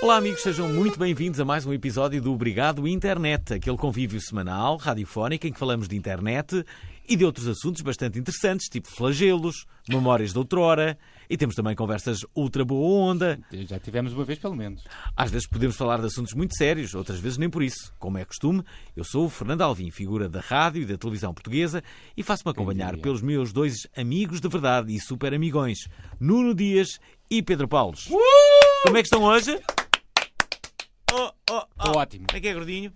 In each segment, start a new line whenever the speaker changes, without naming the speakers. Olá, amigos, sejam muito bem-vindos a mais um episódio do Obrigado Internet, aquele convívio semanal, radiofónico, em que falamos de internet e de outros assuntos bastante interessantes, tipo flagelos, memórias de outrora, e temos também conversas ultra boa onda.
Já tivemos uma vez, pelo menos.
Às vezes podemos falar de assuntos muito sérios, outras vezes nem por isso. Como é costume, eu sou o Fernando Alvim, figura da rádio e da televisão portuguesa, e faço-me acompanhar
diria?
pelos meus dois amigos de verdade e super amigões, Nuno Dias e Pedro Paulos. Como é que estão hoje? Oh, oh, oh.
Estou ótimo.
Como é que é, gordinho?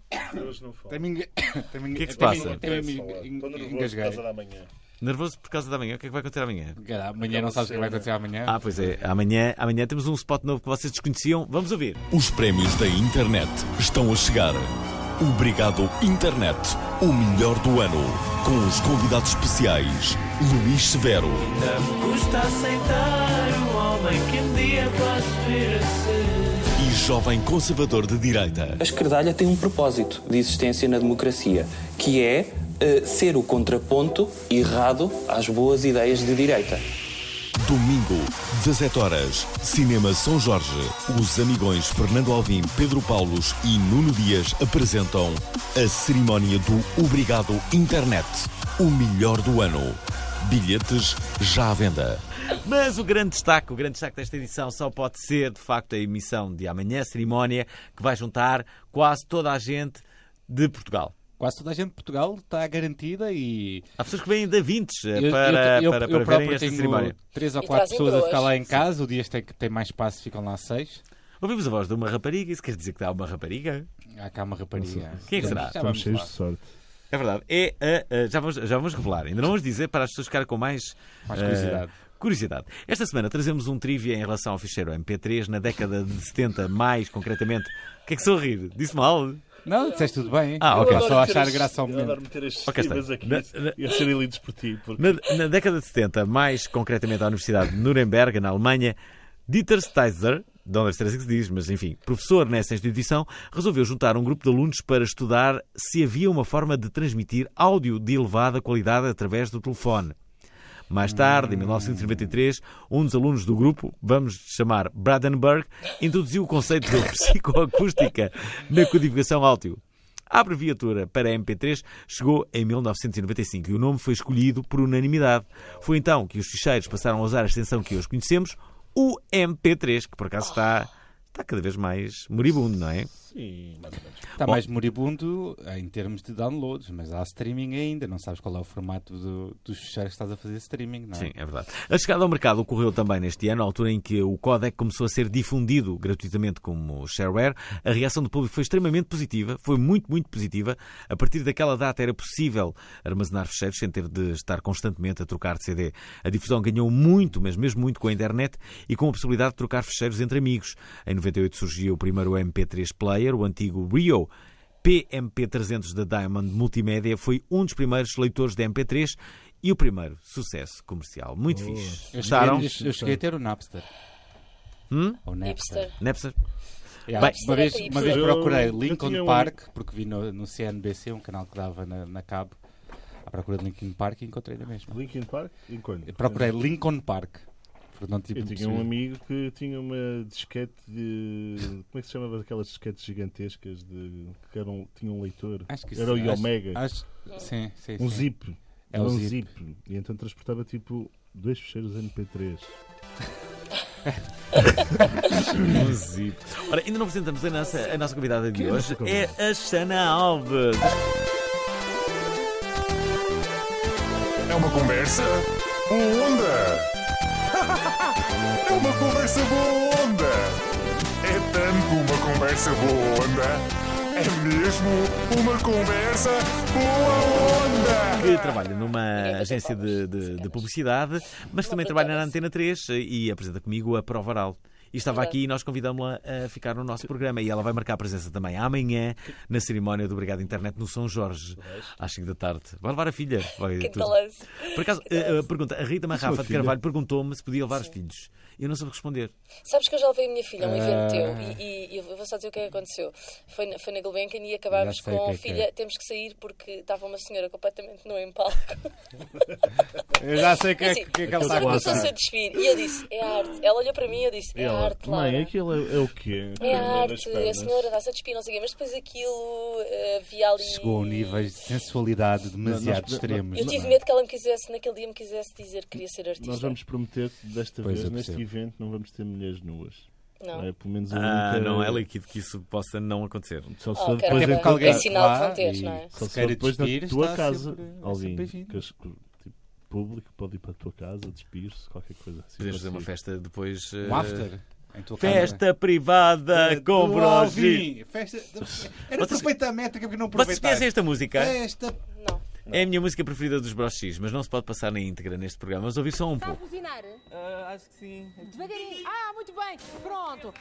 Hoje não falo.
Até-me enga- até-me enga-
que se
até-me
passa?
enga-
Até
até-me
falar.
enga-
Estou nervoso por
engasguei.
causa da manhã.
Nervoso por causa da manhã. O que é que vai acontecer amanhã?
Cara, Amanhã não sabes o que vai acontecer amanhã.
Ah, pois é. Amanhã, amanhã temos um spot novo que vocês desconheciam. Vamos ouvir.
Os prémios da internet estão a chegar. Obrigado, internet. O melhor do ano. Com os convidados especiais: Luís Severo,
Custa aceitar o homem que um dia posso a ser.
e jovem conservador de direita.
A esquerdalha tem um propósito de existência na democracia, que é eh, ser o contraponto errado às boas ideias de direita.
Domingo, 17 horas, Cinema São Jorge. Os amigões Fernando Alvim, Pedro Paulos e Nuno Dias apresentam a cerimónia do Obrigado Internet, o melhor do ano. Bilhetes já à venda.
Mas o grande destaque, o grande destaque desta edição só pode ser, de facto, a emissão de amanhã, a cerimónia, que vai juntar quase toda a gente de Portugal.
Quase toda a gente de Portugal está garantida e.
Há pessoas que vêm da Vintes eh,
Eu- eu-
para,
eu-
para, para
eu
verem
próprio
esta
tenho
cerimónia.
três ou
E
quatro
trazem
pessoas a
duas.
ficar lá em casa. O Dias tem, que tem mais espaço, ficam lá seis.
Ouvimos a voz de uma rapariga, isso quer dizer que dá uma rapariga?
Há cá uma rapariga.
Quem é que será?
Já
Estamos
vamos
cheios
lá.
de sorte.
É verdade. É, ah, ah, já, vamos, já vamos revelar. Ainda não vamos dizer para as pessoas ficarem com mais,
Mais
ah,
curiosidade.
curiosidade. Esta semana trazemos um trivia em relação ao ficheiro MP3 na década de 70, mais concretamente. O que é que sou a rir? Disse mal?
Não, disseste tudo bem.
Ah,
Eu
ok.
Só achar graça ao
Eu adoro
momento.
meter estes
Ok, está.
temas aqui
Na-
e a ser lidos por ti. Porque
Na, na década de 70, mais concretamente à Universidade de Nuremberg, na Alemanha, Dieter Steiser, de onde deve ser assim que se diz, mas enfim, professor nessa instituição, resolveu juntar um grupo de alunos para estudar se havia uma forma de transmitir áudio de elevada qualidade através do telefone. Mais tarde, em 1993, um dos alunos do grupo, vamos chamar Bradenburg, introduziu o conceito de psicoacústica na codificação áudio. A abreviatura para MP3 chegou em 1995 e o nome foi escolhido por unanimidade. Foi então que os ficheiros passaram a usar a extensão que hoje conhecemos, o MP3, que por acaso está, está cada vez mais moribundo, não é?
Está mais moribundo em termos de downloads, mas há streaming ainda. Não sabes qual é o formato do- dos fecheiros que estás a fazer streaming, não é?
Sim, é verdade. A chegada ao mercado ocorreu também neste ano, à altura em que o codec começou a ser difundido gratuitamente como shareware. A reação do público foi extremamente positiva, foi muito, muito positiva. A partir daquela data era possível armazenar fecheiros sem ter de estar constantemente a trocar de CD. A difusão ganhou muito, mas mesmo muito, com a internet e com a possibilidade de trocar fecheiros entre amigos. Em 98 surgiu o primeiro MP3 player, o antigo Rio. PMP300 da Diamond Multimédia foi um dos primeiros leitores da MP3 e o primeiro sucesso comercial. Muito fixe.
Eu cheguei,
Gostaram?
eu cheguei a ter o Napster. Ou Napster.
Hipster.
Napster?
Yeah,
Bem-
é
uma, vez,
tipo
uma vez procurei
Eu- eu tinha
Lincoln
um-
Park, porque vi no, no CNBC, um canal que dava na, na cabo, à procura de Lincoln Park e encontrei na mesma.
Linkin Park, enquanto.
Eu procurei Lincoln Park. porque não tipo tive
Eu tinha um
percebido.
amigo que tinha uma disquete de. Como é que se chamava aquelas disquetes gigantescas de. que eram, tinha um leitor?
Acho que
Era o
sim, acho-
Iomega.
acho- sim, sim,
Um
sim.
zip.
É
Era
o
um
zip.
zip. E então transportava tipo dois fecheiros MP3.
Ora, ainda não apresentamos a nossa, a nossa convidada de hoje. É a Xana Alves.
É uma conversa boa onda. É uma conversa boa onda. É tanto uma conversa boa onda
É mesmo uma conversa boa
que
onda!
trabalha numa agência de, de- de publicidade, mas também trabalha na Antena 3 e apresenta comigo a Prova Oral. E estava aqui e nós convidámos-la a ficar no nosso programa. E ela vai marcar presença também amanhã na cerimónia do Obrigado Internet no São Jorge, às 5 da tarde. Vai levar a filha. Vai
Que
tudo.
talento.
Por acaso, a, a pergunta, a Rita Marrafa de
filha?
Carvalho perguntou-me se podia levar os filhos. Eu não soube responder.
Sabes que eu já levei a minha filha a um evento
Ah.
teu e, e- e eu vou só dizer o que é que aconteceu. Foi na, foi na Gulbenkian e acabámos
Já sei o
com
que é
a
que
filha.
é.
Temos que sair porque estava uma senhora completamente no empalco.
Eu já sei o que
É
é
assim,
que, que é que
a
ela está
senhora
a
começou-se
contar.
a despir e eu disse: é arte. Ela olhou para mim e eu disse: é
Ela,
arte, Laura.
mãe, aquilo é, é o quê?
É a
Primeiro as
arte, a
pernas.
senhora está-se a despir, não sei o quê, mas depois aquilo eh, havia ali.
Chegou a um níveis de sensualidade demasiado
nós-
extremos.
Eu
não
tive
é?
medo que ela me quisesse, naquele dia me quisesse dizer que queria ser artista.
Nós vamos prometer que desta
Pois,
vez,
eu
neste
percebo.
evento, não vamos ter mulheres nuas.
Não.
É, pelo menos a
Ah,
única-
não é líquido que isso possa não acontecer.
Só se
Oh,
for
cara,
depois
até
em
porque
tua-
alguém-
vá
é sinal de fronteres,
e
não é?
se
só se
quer
for depois
despir,
na
está
tua
sempre-
casa.
é
Alguém
sempre
que,
bem-vindo.
as- tipo, público pode ir para a tua casa, despir-se, qualquer coisa assim.
Podemos fazer uma
Assim.
festa depois. eh,
Um after. em tua
Festa privada
casa.
com
Do
Brogi.
Alvin. Festa. Era aproveitar a métrica porque não
Vocês
aproveitaste.
conhecem esta música?
Festa.
Não.
É a minha música preferida dos Bros X, mas não se pode passar na íntegra neste programa. Vamos ouvir só um pouco.
cozinhar?
Ah, acho que sim.
Devagarinho. Ah, muito bem. Pronto.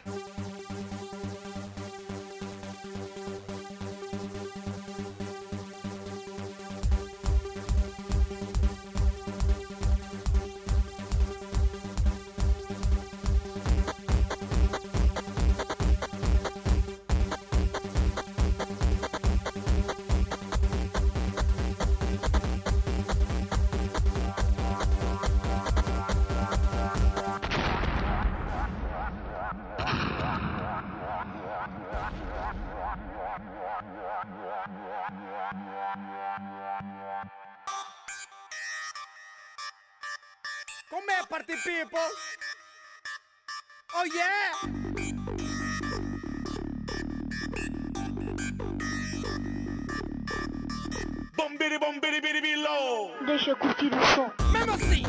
Como é, party people? Oh yeah! Bombiri, bombiri, biri, bilô!
Deixa eu curtir o som.
Mesmo assim!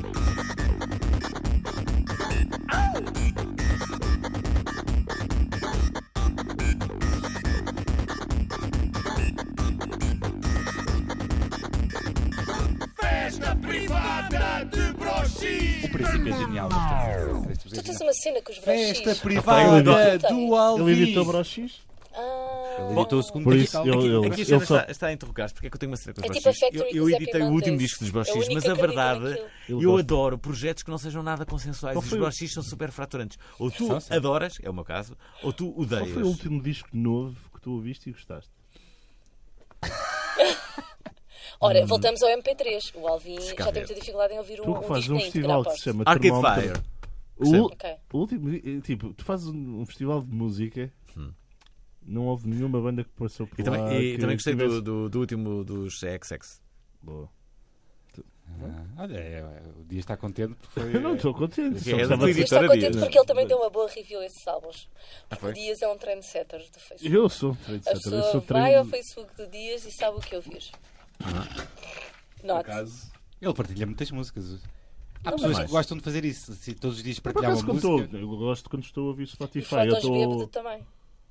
Festa privada de broxis!
O princípio é genial. desta
Tu
música.
tens é uma cena com os
Festa
broxis.
Tá
privada
Ele
do
Ele evitou
Alvin.
para o X?
É
Ah,
Editou o segundo
Por isso,
digital.
eu- eu-
Aqui a
ele
Xana
só-
está, está a interrogar-se porque é que eu tenho uma cena com os
É tipo
Bros
a
X.
Factory
Eu, eu
dos
editei o
Happy
último
Mondays.
disco dos Bros
É a
X,
única
mas
que
a
acredita
verdade,
naquilo.
eu
Ele gosta.
adoro projetos que não sejam nada consensuais.
Qual
Os
foi o-
Bros X são super fraturantes. Ou tu
São, são.
adoras, é o meu caso, ou tu
Qual
odeias.
foi o último disco novo que tu ouviste e gostaste?
Ora, voltamos ao MP3. O Alvin
Hum. Se cá
já
ver.
tem muita dificuldade em ouvir um,
Tu que
um
fazes
disco
um
na íntegra,
festival que
aposto.
se chama
Arcade
Termómetro.
Fire.
O,
Ok.
o último, eh, tipo, tu fazes um, um festival de música, não houve nenhuma banda que passou por
Hum. E também,
lá.
e
Ah, que
também gostei do-
tivesse-
do, do último dos XX.
Boa.
Ah, Olha, é, é, o dia está contente porque foi.
Eu não estou contente.
É,
Só
é
gostava
do
E
de...
está
Editora
contente
Dias.
porque ele também deu uma boa review a esses álbuns. Porque
Ah, foi?
o Dias é um trendsetter do Facebook.
Eu sou um
A
trendsetter, eu
pessoa
sou
vai ao
trend...
Facebook do Dias e sabe o que ouvir.
Ah.
Note.
Ele partilha muitas músicas. Há
Não,
pessoas
mas-
que gostam de fazer isso. Se todos os dias
Por
partilhar
acaso,
uma
quando estou,
música.
eu gosto quando estou a ouvir
E
Spotify. Eu
tipo fotos bêbado
estou.
também.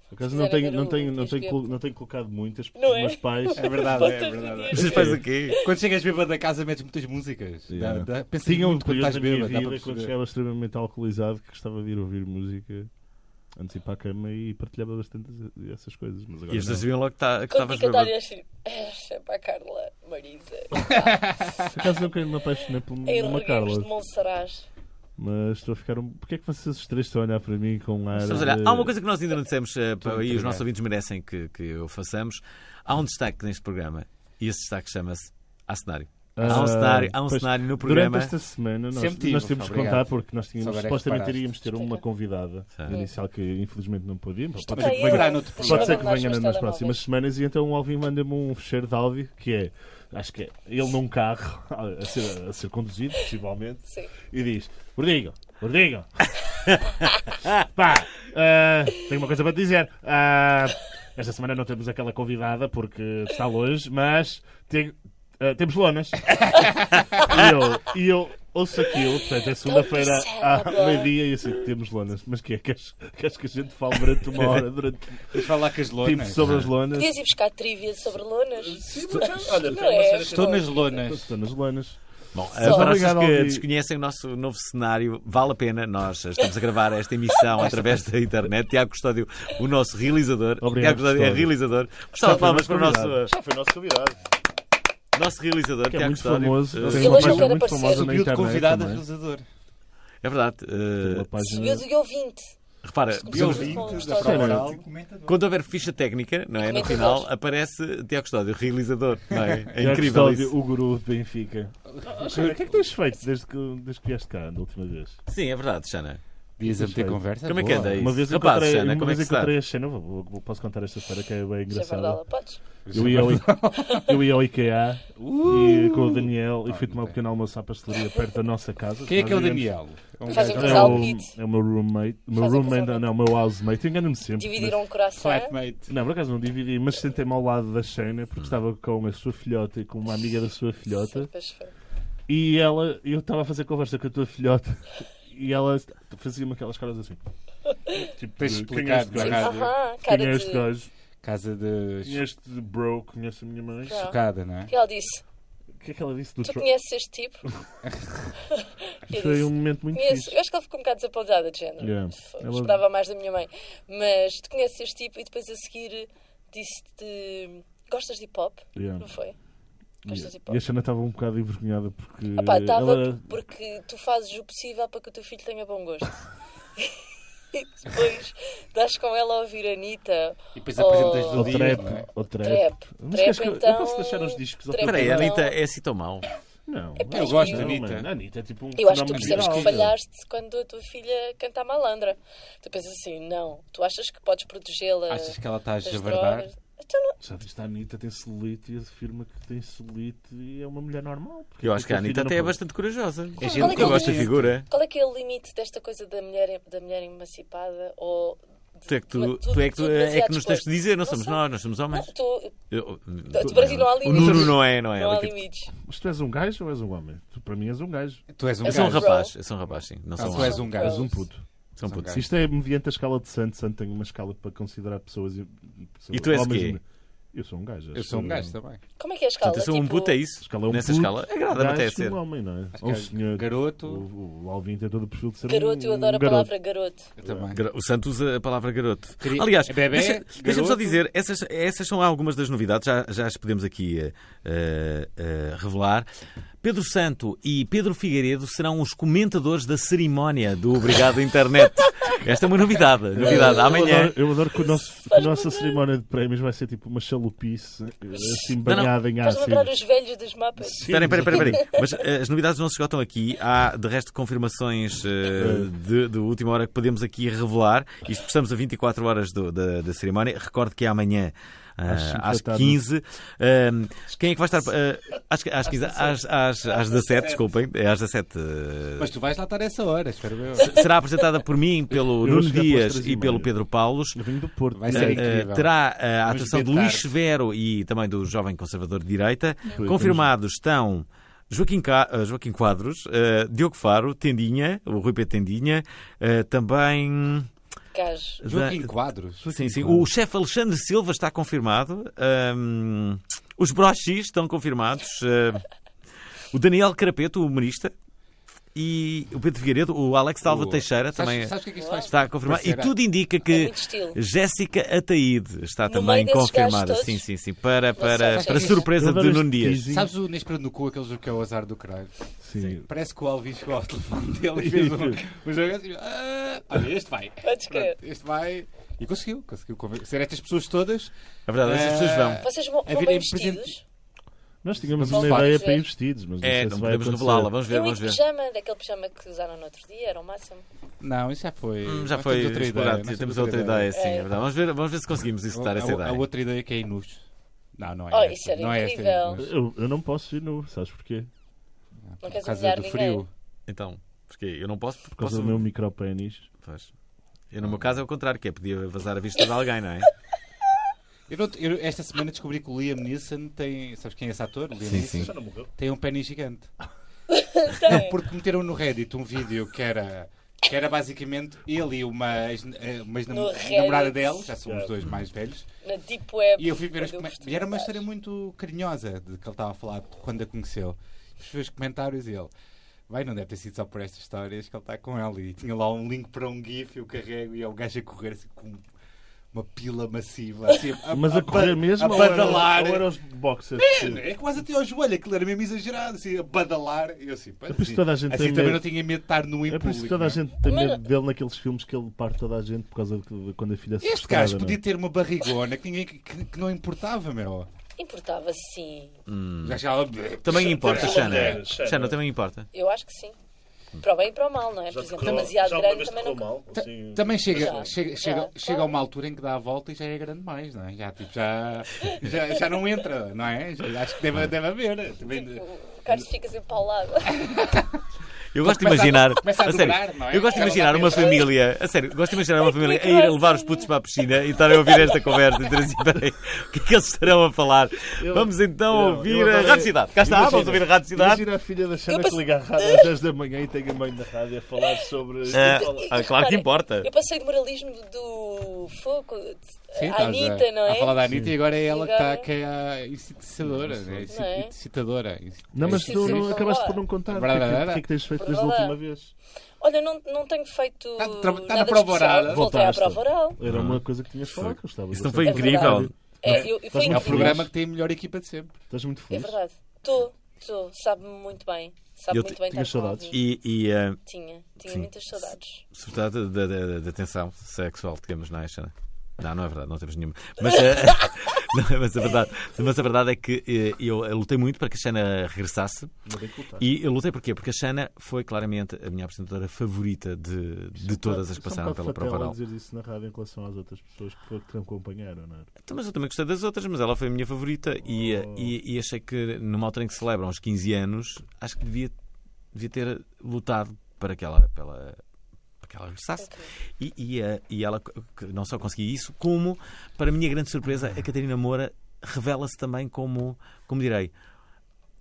Por acaso,
Se
não
quiserem
tenho, não,
ver o-
tenho, não,
este
tenho,
bêbado.
col- não tenho colocado muitas, porque
é. Não
os
é?
meus pais.
É verdade, é
Fotos do
verdade.
Dias.
Vocês fazem o quê?
Quando chegas bêbado da casa, metes muitas músicas.
Yeah.
Dá, dá, pensas
Tinha um
muito quando
período
estás
da minha
bêbado. Dá
vida
para
quando
perceber.
chegava extremamente alcoolizado que gostava de ir ouvir música antes de ir para a cama e partilhava bastante as- essas coisas. Mas agora
E as pessoas
não.
sabiam logo que, tá, que
Quando
estavas
fica a
bêbado.
olhar assim, esta é para a Carla Marisa.
Por acaso não quero me apaixonar por
Em
uma
Regueiros de
Carla,
Monsaraz.
mas estou a ficar um. Porquê é que vocês três estão a olhar para mim com um ar.
Vamos olhar.
de-
Há uma coisa que nós ainda não dissemos eh, para- e os
intrigado.
nossos ouvintes merecem que, que o façamos. Há um destaque neste programa e esse destaque chama-se Há cenário. há um
Ah,
cenário, há um
pois,
cenário no
Durante
programa.
esta semana nós,
Sempre tive,
nós temos de
obrigado.
contar porque nós
Só
tínhamos,
agora é que
supostamente
reparaste.
iríamos ter uma convidada
Sim.
inicial que infelizmente não podíamos.
Isto é
Pode
está
ser que
aí,
venha
Verá noutro
Deixa eu
Pode ser
ver
que
nós
venha
nos
nas
telemóveis.
próximas semanas e então o Alvin manda-me um fecheiro de áudio que é, acho que é ele num carro a ser, a ser conduzido, possivelmente,
Sim.
e diz: Bordigo, Bordigo, pá, ah, tenho uma coisa para te dizer. Ah, esta semana não temos aquela convidada porque eh, está longe, mas te- ah, temos lonas. e eu, e eu ouço aquilo, portanto, é segunda-feira à
percebe.
meio-dia e eu sei que temos lonas. Mas que é? Queres, queres que a gente fale durante uma hora, durante
Vamos falar com as
tipo
lonas.
sobre as lonas?
Podias ir buscar trivia sobre lonas.
Olha,
Não
foi uma
é?
cena
Estou nas lonas.
Estou nas lonas.
Bom,
Só
para os
obrigado,
que
Aldi.
desconhecem o nosso novo cenário, vale a pena. Nós estamos a gravar esta emissão através da internet. Tiago Custódio, o nosso realizador.
Obrigado,
Tiago Custódio é
Custódio.
realizador. Gostava de palmas para o
Custódio,
nosso,
Já foi nosso convidado.
nosso realizador,
Que é
Tiago
muito
Custódio.
famoso.
Eh,
Tem uma
hoje não
página
quero
muito
aparecer.
famosa na
Subiu de
internet.
convidado a
também.
realizador.
É verdade. eh,
Uma página-
Subiu de ouvinte.
repara,
Subiu de
Ouvinte
ouvinte.
da Frau Oral.
quando houver ficha técnica, não é? No
Comentador.
final aparece Tiago Custódio, realizador. Não é? é
Tiago
incrível
Custódio,
isso.
o guru de Benfica. O que é que tens feito desde que, desde que vieste cá, da última vez?
Sim, é verdade, Xana.
Dias a meter conversa.
Como é que
boa.
anda aí?
Tá Uma vez
Rapaz,
encontrei,
Xana,
uma
como é
vez
que está?
encontrei a Xena, vou, vou- vou- posso contar esta história que é bem
Já
engraçada.
verdade, podes.
Eu ia, ao, eu ia ao IKEA e, com o Daniel e fui tomar um pequeno almoço à pastelaria perto da nossa casa.
Quem é que é o
Nós vivemos-
Daniel? É um
Fazem
gajo-
É
Casal
o,
bonito.
é o meu roommate. O meu
Fazem
roommate,
casal
não, o meu housemate. Engano-me sempre.
Dividiram um coração.
Flatmate.
mas- Não, por acaso não dividi, mas sentei-me ao lado da Xena porque estava com a sua filhota e com uma amiga da sua filhota.
Pois foi.
E ela, eu estava a fazer conversa com a tua filhota e ela fazia-me aquelas caras assim. Tipo,
Tens de
quem é
explicar
este
na
gajo?
rádio.
Aham,
Quem
cara
é este
de.
gajo?
Casa de
Quem é este bro? Conhece a minha mãe?
Já.
chocada, não é?
E ela disse:
O que é que ela disse do
Tu
Trump?
conheces este tipo? E eu
Foi
disse,
um momento muito
Conheço.
difícil.
Eu acho que ela ficou um bocado desapontada de género.
Yeah.
Foi,
Ela-
Esperava mais da minha mãe. Mas tu conheces este tipo e depois a seguir disse-te. Gostas de hip hop?
Yeah.
Não foi? Gostas de hip
E a
hop?
Xana estava um bocado envergonhada porque.
Opá,
Eh,
estava
ela...
Ah, porque tu fazes o possível para que o teu filho tenha bom gosto. e depois estás com ela a ouvir Anitta.
E depois
Oh.
apresentas
Ou
do dia.
trap,
não é?
ou trap.
Trap.
Mas
Trap,
queres que eu-
então,
eu posso deixar os discos ao
trap.
teu-
Espera aí, a
Não.
Anitta é assim tão mau.
Não.
pá,
Eu gosto
eu-
da
Não,
Anitta.
mano, A Anitta é tipo um.
Eu acho
fenómeno
que tu percebes que
Não.
mundial.
falhaste quando a tua filha canta a malandra. Tu pensas assim, não, tu achas que podes protegê-la
Achas que ela está a
das
javardar?
drogas? Então não.
Já viste, a Anitta tem celulite e afirma que tem celulite e é uma mulher normal. Porque
Eu acho que a
tua
Anitta
filha não
até é
pode.
bastante corajosa.
É gente
Qual é que
Eu
é o
gosto da
limite?
figura.
Qual é que é o limite desta coisa da mulher, da mulher emancipada ou de-
Tu é que, tu,
tudo-
tu é, que, tu,
tudo
é que
demasiado
nos tens que
exposto?
dizer, não, é? somos
sei.
nós, nós somos
Não,
homens.
tu,
Eu-
tu, Brasil não há
o
limites.
Nuno não é, não é?
Não há
Ele que-
limites.
Mas tu és um gajo ou és um homem? Tu, para mim és um gajo.
Tu és um
Eu
Eu sou um
Bro.
gajo.
rapaz, eu sou um rapaz, sim. Não
Ah,
sou um
tu és
homem.
um gajo.
És É um
Puto.
Sou um
és um
puto.
Se isto é mediante a escala de Santo, Santo tem uma escala para considerar pessoas. E, pessoas-
E tu és
homens
quê?
e mu- Eu sou um gajo.
Eu sou um gajo também.
Como é que é a escala?
Portanto, eu sou um
Tipo,
puto, é isso.
Escala é um
Nessa
puto,
escala, agrada-me até a
gajo e
ser.
um homem, não é?
Acho
Ou
que é
senhor.
garoto.
O, o Alvin tem todo o perfil de ser um
Garoto, eu adoro
um
a
garoto.
palavra garoto.
Eu também.
Gra- O Santo usa a palavra garoto.
Cri-
Aliás,
é bebé,
deixa- deixa-me só
garoto.
dizer, essas, essas são algumas das novidades, já, já as podemos aqui eh, eh, eh, revelar. Pedro Santo e Pedro Figueiredo serão os comentadores da cerimónia do Obrigado Internet. Esta é uma novidade, novidade.
Eu
Amanhã.
adoro, eu adoro que, o nosso, que a nossa cerimónia de prémios vai ser tipo uma chalupice, assim banhada em
Estás a
ácido.
lembrar os velhos dos mapas?
Espera, espera, espera, espera. aí. Mas eh, as novidades não se esgotam aqui. Há, de resto, confirmações eh, de, de última hora que podemos aqui revelar. Isto porque estamos a 24 horas do- da, da cerimónia. Recordo que é amanhã. ah,
Às cinco da
às
tarde.
15. Ahm, quem é que vai estar? ah, às, às, 15, às, às, às 17, desculpem. É às 17. eh,
Mas tu vais lá estar essa hora, espero eu.
será apresentada por mim, pelo
Eu vou
Nuno
chegar
Dias
pelas três
e
e
pelo
meia.
Pedro Paulos.
Eu venho do Porto.
Vai ser
Eh,
é incrível.
terá eh, a
Vamos
atuação de
ver
Luís
tarde.
Severo e também do jovem conservador de direita. Confirmados estão Joaquim, Ca- eh, Joaquim Quadros, eh, Diogo Faro, Tendinha, o Rui Pedro Tendinha, eh, também.
Gajo.
da-
Joaquim Quadros.
Sim, sim. O chefe Alexandre Silva está confirmado. Ahm, os brochis estão confirmados. eh, o Daniel Carapeto, o humorista. E o Pedro Figueiredo, o Alex Talva
O-
Teixeira
Sabes-
também
Sabes o que é que isto faz?
está confirmado. E
Parceira.
tudo indica
É
que
muito estilo.
Jéssica Ataíde está
No
também
meio desses
confirmada.
gajos todos.
Sim, sim, sim. Para, para,
sabes
para
quem é.
surpresa de Nuno Dias.
Sabes o Nespero no cu, aquele jogo que é o azar do caralho?
Sim.
Parece que o Alvin chegou ao telefone dele e fez um, um jogo assim. "Ah, olha, este vai.
Podes crer.
Pronto, este vai. E conseguiu, conseguiu convencer estas pessoas todas.
É verdade, essas pessoas vão.
Vocês vão, vão
Havia
bem
presente-
vestidos?
Nós tínhamos
Vamos
uma
lá.
ideia para ir vestidos, mas não
É,
sei
não
se vai
podemos
acontecer.
revelá-la. Vamos ver,
Eu ia
vamos
de
ver.
pijama, daquele pijama que usaram no outro dia, era o máximo.
Não, isso já foi.
Hum, Já
nós
foi
temos outra
explorado.
nós
sim, Temos outra ideia, sim.
É.
É verdade. Vamos ver, vamos ver se conseguimos executar
A-
essa
a, a
ideia.
outra ideia que é Inus. Não, não é.
Oh,
esta.
isso era
não é esta,
incrível.
Inus.
Eu, eu não posso ir nu, sabes porquê?
Não
Por
queres
causa
humilhar
do
ninguém.
frio.
Então, porque eu não posso. Porque
Por causa
posso...
do meu micropénis.
Pois. Eu, no meu caso é o contrário, que é podia vazar a vista de alguém, não é?
Eu não- eu- esta semana descobri que o Liam Neeson tem. Sabes quem é esse ator? Liam Neeson?
sim.
Tem um pênis gigante. Não, porque meteram no Reddit um vídeo que era, que era basicamente ele e uma, ex- eh, uma ex-
No
namorada
Reddit.
dele, já são os dois mais velhos,
Na Deep Web.
e eu fui ver os
onde
comentários.
costumo
E era uma
estar.
história muito carinhosa de que ele estava a falar de quando a conheceu. Os seus comentários e ele. Vai, não deve ter sido só por estas histórias que ele está com ela. E tinha lá um link para um GIF, eu carrego e é o gajo a correr assim com uma pila massiva. Assim,
Mas a correr mesmo
A
ou era, ou
badalar.
era os boxers?
Man, é quase até ao joelho, aquilo era mesmo exagerado, assim, a badalar. E eu assim, pá,
É por isso
assim,
toda a gente
assim
tem
também
medo.
não tinha medo de estar no
É por isso
impulso.
que toda a gente tem
Mas-
medo dele naqueles filmes que ele parte toda a gente por causa de de quando a filha se
Este
estrada,
gajo
não é?
podia ter uma barrigona que, ninguém, que, que não importava, meu.
Importava sim.
Já chegava.
Também importa, Xana.
Xana.
Xana, também importa.
Eu acho que sim. Para o bem e para o mal, não é? Por exemplo,
correu-
demasiado
já alguma vez
grande também
te
não.
correu mal? Assim,
Também chega,
Já,
chega,
já,
chega,
claro.
chega a uma altura em que dá a volta e já é grande mais, não é? Já, tipo, já, já, já não entra, não é? Já- acho que deve, deve haver. Também,
Tipo, o Carlos fica sempre para o lado.
Eu gosto de
Começa a-
imaginar.
começa a
a sério,
dobrar, não é?
eu gosto de
Aquela
imaginar
lá
uma
dentro.
família. A sério, gosto de imaginar uma família a
que
ir a levar os
gracinha.
putos para a piscina e estarem a ouvir esta conversa. E dizer assim, "Peraí, o que é que eles estarão a falar? Vamos então
eu
ouvir
adorei-
a Rádio Cidade. Cá está, vamos
Imagina-
ouvir a Rádio Cidade.
Imagina a filha da Xana que liga a rádio às 10 da manhã e tem a mãe da rádio a falar sobre.
Ah,
E-
ah,
e
claro que
repara,
importa.
Eu passei de moralismo do foco,
Sim,
a
estás
Anitta,
a,
não é?
A falar da Anitta e agora é ela que, está,
agora-
que é a incitadora, né? Incit-
Não é?
incitadora. Incit-
Não, mas tu não,
Sim.
acabaste por não contar. O que, é que- o que é que tens feito desde a última vez?
Olha, não, não tenho feito.
Tá- tá- tá na
nada
prova
especial.
oral.
Voltei à
Voltaste.
prova oral.
Era uma coisa que tinhas falado que eu estava
Isso não foi
É
incrível.
verdade. É, eu, eu fui
Estás
É o
incrível.
programa que tem a melhor equipa de sempre.
Estás muito
É
feliz.
verdade. Estou, estou. Sabe-me muito bem. Sabe
Eu
muito
te-
bem
tinhas
estar com
saudades?
alguém.
E, e ah,
Tinha, tinha
Sim.
muitas saudades.
sobretudo da, da, da- da tensão sexual que temos, não é, Xana? Não, não é verdade, não temos nenhuma. Mas, ah, não, mas a, verdade, mas a verdade é que eh, eu, eu lutei muito para que a Xana regressasse. E eu lutei porquê? Porque a Xana foi claramente a minha apresentadora favorita de,
tá-
de todas
é um
as que passaram pela prova oral.
dizer isso na rádio em relação às outras pessoas que, foi, que te acompanharam, não é? era?
Então, Mas eu também gostei das outras, mas ela foi a minha favorita e, eh,
Oh.
e, e achei que numa altura em que celebram os 15 anos, acho que devia, devia ter lutado para que ela, para ela, para que ela regressasse. E, e, eh, e ela co- que não só conseguia isso, como, para a minha grande surpresa, a Catarina Moura revela-se também como, como direi,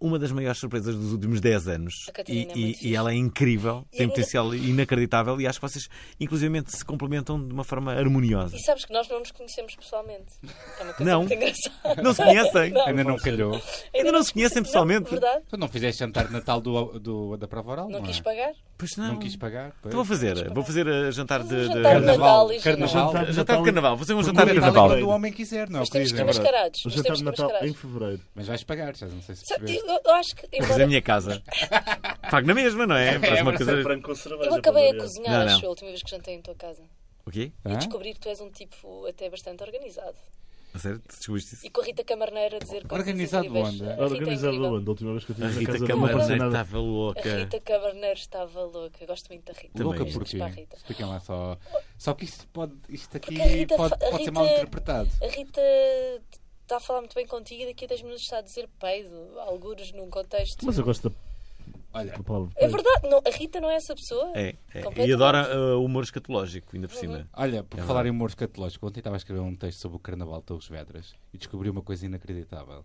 uma das maiores surpresas dos últimos 10 anos.
A
E-
Catarina é
e,
muito
e
fixe.
ela é incrível, tem
ainda-
potencial inacreditável e acho que vocês, inclusivamente, se complementam de uma forma harmoniosa.
E sabes que nós não nos conhecemos pessoalmente. É uma coisa
Não.
muito engraçada.
Não se conhecem?
Ainda não calhou.
Ainda não se conhecem pessoalmente.
verdade?
Tu não fizeste jantar de Natal do, do- da prova oral?
Não
é?
quis pagar?
Pois
Não quis pagar. pois.
Então vou fazer, vou fazer a jantar de, de-
Jantar de Natal e
Carnaval.
Jantar- jantar de carnaval, vou fazer um
Porque
jantar de
o Natal é
carnaval.
Quando o homem quiser, não é o
Mas
que
temos que
dizem.
ir mascarados.
O
Mas
jantar
temos
de
que ir
Natal em
mascarados.
fevereiro.
Mas vais pagar, já não sei se
Só-
percebeste.
Eu, eu- eu acho que.
Vou fazer a
Embora,
é minha casa. Pago na mesma, não é? Parece uma coisa.
frango com cerveja.
eu acabei a
para variar.
cozinhar,
Não, não.
acho eu, a última vez que jantei em tua casa.
O quê?
E
Hã?
descobrir que tu és um tipo até bastante organizado.
A sério? Tu descobriste isso?
E com a Rita Camarneira a dizer coisas
Organizado
incríveis.
onde?
A Rita é
Organizado
incrível.
onde? A última vez que eu
A
tive na
Rita é tá-
casa dele não apareceu
Camarneira
nada.
estava
A
louca.
Rita Camarneiro estava louca. Eu gosto muito da Rita.
Também
Louca
é.
porquê?
Para a Rita.
Expliquem lá só. Só que isto, pode, isto aqui
Porque a Rita
pode,
fa- a
pode ser
Rita-
mal interpretado.
A Rita está a falar muito bem contigo e daqui a 10 minutos está a dizer peido, algures num contexto.
Mas eu gosto da
Olha,
palavra.
É verdade, não, a Rita não é essa pessoa.
É, é.
Completamente. Uhum.
E adora uh, humor escatológico, ainda por cima.
Olha, por
É
falar
verdade.
em humor escatológico, ontem estava a escrever um texto sobre o Carnaval de Torres Vedras e descobri uma coisa inacreditável.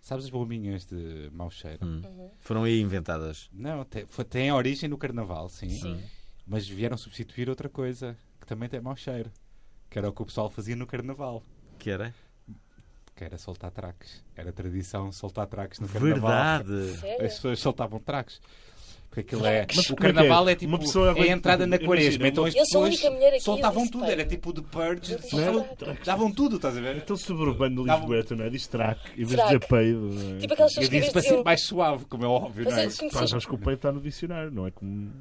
Sabes as bombinhas de mau cheiro?
Hum. Foram aí inventadas.
Não, te- foi- têm origem no Carnaval, sim, mas vieram substituir outra coisa que também tem mau cheiro, que era o que o pessoal fazia no Carnaval,
Que era?
que era soltar traques. Era tradição soltar traques no Carnaval.
Verdade.
Sério?
As pessoas soltavam traques. Porque aquilo é.
Mas
o
como é que é?
carnaval é, tipo.
Uma pessoa
é a
aguenta-
entrada na
imagina,
quaresma. Então as
Eu sou a
pessoas
única mulher aqui, eu
soltavam
disse,
tudo.
pai.
era tipo de Purge.
Eu disse,
soltavam-
traques.
Davam tudo, estás a ver?
Então, sobre urbano de
Dava-
Lisboeta, não é? Diz traque, em vez de
Traque.
dizer peido. não é?
Tipo aquelas
Eu
pessoas
disse
que em
para
vez
ser
de
mais suave, como é óbvio, não é?
Mas, eu
Pá,
conheci-
sabes que o peido está no dicionário, não é como.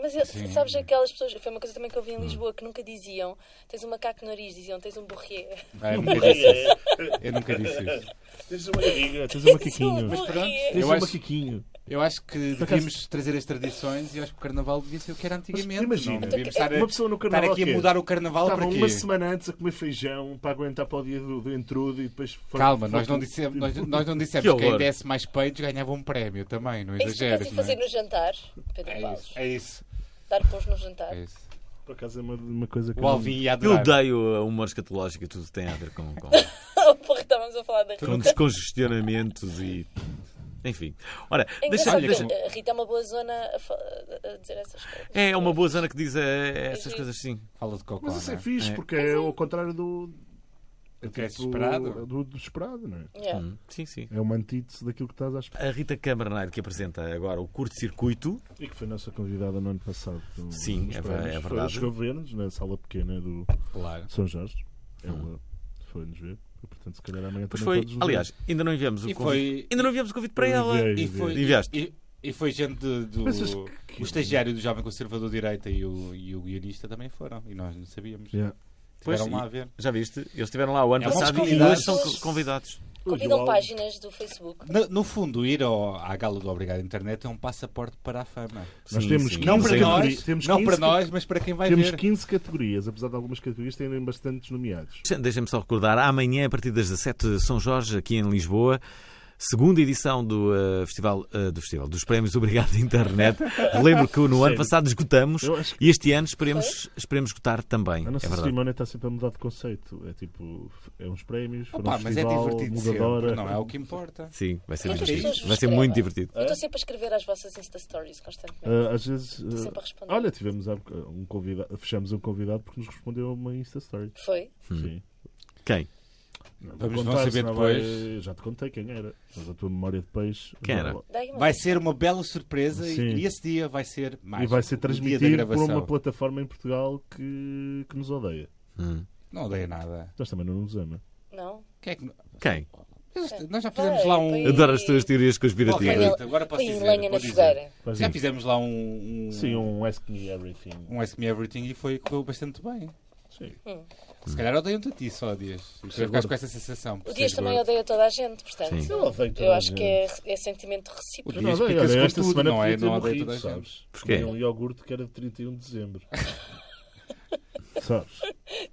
mas eu- sabes aquelas pessoas, foi uma coisa também que eu vi em Lisboa, que nunca diziam tens um macaco no nariz, diziam tens um borrier.
Ah, eu, nunca disse isso. eu nunca disse isso.
Tens uma
Tens
barriga.
um
Tens um
macaquinho.
borrier.
Tens
Eu
um
acho-
macaquinho.
Eu acho que devíamos trazer as tradições e eu acho que o carnaval devia ser o que era antigamente. não
imagina,
Então,
devíamos estar, a-
uma pessoa no
estar
carnaval
aqui
quê?
a mudar o carnaval para
Estavam
quê?
uma semana antes a comer feijão para aguentar para o dia do, do intrudo e depois. foram-
Calma, nós
foram-
não dissemos, nós, nós não
Que
dissemos que
horror.
quem desse mais peitos ganhava um prémio também, não
É isso que eu
exageres.
pensei
não
fazer
é?
no jantar, Pedro
É
Paulo.
isso, é isso,
Dar pons no jantar.
é isso.
Por acaso é uma, uma coisa que.
O
eu não-
Alvin ia
Eu
adorar.
odeio o humor escatológico e tudo tem a ver com, com,
Porra, estávamos a falar da
com
Rita. É
descongestionamentos e Enfim. Ora,
É
deixa,
engraçado
deixa-
que a Rita é uma boa zona a, fa- a dizer essas coisas.
É uma boa zona que diz eh, essas
Sim.
coisas assim.
Fala de cocô.
Mas isso é
não
fixe, porque é ao contrário do. é
Do que é
tipo-
esperado.
Do, do esperado, não é?
Yeah.
Hum, Sim, sim.
É uma antítese daquilo que estás à espera.
A Rita Câmara Neiro, que apresenta agora o curto-circuito,
E que foi nossa convidada no ano passado.
então,
do-
Sim,
nos
é
prémios.
ver- é
Foi-
verdade.
Chegou a ver-nos na sala pequena do
Claro.
São Jorge.
Ah.
Ela foi-nos ver. E, Portanto, se calhar amanhã
pois
também
foi.
podes nos
Aliás, ainda não enviamos o
E
convite.
foi-
Ainda não enviamos o convite para
Eu
ela.
enviei.
E foi,
Enviaste?
E, e foi gente do. do-
Pensas que-
O estagiário do Jovem Conservador de Direita e o, e o guionista também foram. E nós não sabíamos.
ver. Yeah.
Pois,
Tiveram lá
e-
a ver.
Já viste? Eles estiveram lá o ano
É uma
passado e
oportunidade.
hoje são co- convidados.
Convidam páginas do Facebook.
No, no fundo, ir ao, à gala do Obrigado Internet é um passaporte para a fama.
Nós
Sim,
temos
sim.
15
Não para
Sim.
categorias.
nós,
Temos
não
15
para
ca-
nós, mas para quem vai
Temos
ver.
15 categorias, apesar de algumas categorias terem bastantes nomeados.
Deixa- Deixem-me só recordar, amanhã, a partir das 17 de São Jorge, aqui em Lisboa, segunda edição do, eh, festival, eh, do festival dos prémios Obrigado Internet. Lembro que no ano
Sério?
passado esgotamos
Eu acho
e este ano esperemos, esperemos esgotar também.
A
É
nossa
verdade.
cerimónia está sempre a mudar de conceito. É tipo, é uns prémios, foi
Opa,
um
mas é
festival,
divertido
mudadora.
sempre, não é o que importa.
Sim, vai ser,
Quantas
muito divertido.
pessoas
vai ser muito
escrevem?
divertido.
Eu estou sempre a escrever as vossas Insta Stories constantemente.
Ah, às vezes. ah,
sempre a responder.
olha, tivemos há boca- um convidado, fechamos um convidado porque nos respondeu a uma Insta Story.
Foi?
Sim.
Quem?
Não,
Hum. Vamos-
vou
vão saber
senão
depois.
vai- já te contei quem era. Mas a tua memória de peixe.
Quem era?
Daí uma
Vai ser uma bela surpresa e-
Sim.
e esse dia vai ser mais.
E vai ser
O dia da
transmitido por
gravação.
uma plataforma em Portugal que, que nos odeia. Hum.
Não odeia nada.
Nós também não nos ama.
Não.
Quem é que-
Quem?
É.
Eles- Nós já fizemos lá um.
Vai,
Adoro as tuas teorias
Ok,
conspirativas.
Rita, agora posso
Põe
dizer.
lenha
vou
na
dizer.
fogueira.
Pois
Já
é.
fizemos lá um. um-
Sim, um Ask Me Everything.
um Ask Me Everything e foi, correu bastante bem.
Sim.
Se calhar odeiam-te a ti só, Dias. E tu ficaste com essa sensação. por
O Dias
seres
também
gordo.
odeia toda a gente, portanto.
Sim.
Eu odeio toda
Eu
a
acho que
gente.
é, é sentimento
O
recíproco.
Eu
Dias
odeio,
pica-se
olha,
com
esta
tudo,
semana
não é?
podia ter
Não odeia
morrido,
toda a gente.
sabes?
Porquê?
Comi um iogurte que era de 31 de dezembro. sabes?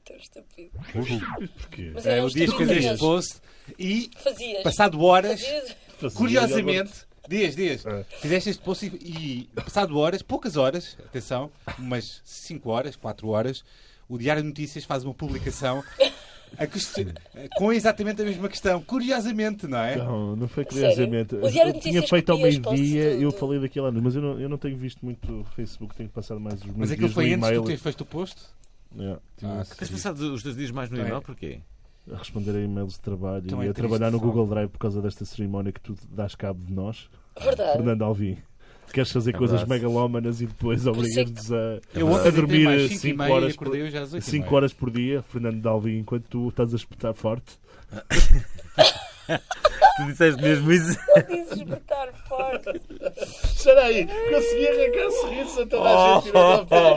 Tão estúpido.
E porquê?
Mas
É,
era
o
uns
Dias fez
truques.
este post e,
Fazias.
passado horas,
Fazias.
Fazia iogurte.
curiosamente, Dias, Dias,
É.
fizeste este post e, e, passado horas, poucas horas, atenção, umas 5 horas, 4 horas, o Diário de Notícias faz uma publicação a quest- com exatamente a mesma questão. Curiosamente, não é?
Não, não foi
Sério?
curiosamente.
O Diário de
Eu tinha
Notícias
feito ao
copias, posso
meio-dia,
dizer
eu
tudo.
falei daquilo lá, mas eu não, eu não tenho visto muito Facebook, tenho passado mais os meus
Mas aquilo
dias
foi
no
antes de
e-mail.
tu teres feito o post?
É, tinha
Ah,
que
Tens passado os dois dias mais no
Não é?
e-mail? Porquê?
a responder a e-mails de trabalho
Então
e
é
a trabalhar
triste,
no
sabe?
Google Drive por causa desta cerimónia que tu dás cabo de nós.
Verdade.
Fernando Alvim. Queres fazer coisas
verdade.
megalómanas e depois
isso é que-
obrigas-nos a,
Eu
a
ontem dormi
dormir
mais
5
5 e meia e
horas,
acordei
por,
hoje às 8
cinco horas por dia, Fernando Dalvin, enquanto tu estás a espetar forte.
Tu disseste mesmo isso?
Dizes botar forte.
Espera aí, consegui arrancar um sorriso a toda a gente
Pedro
Forte. Pedro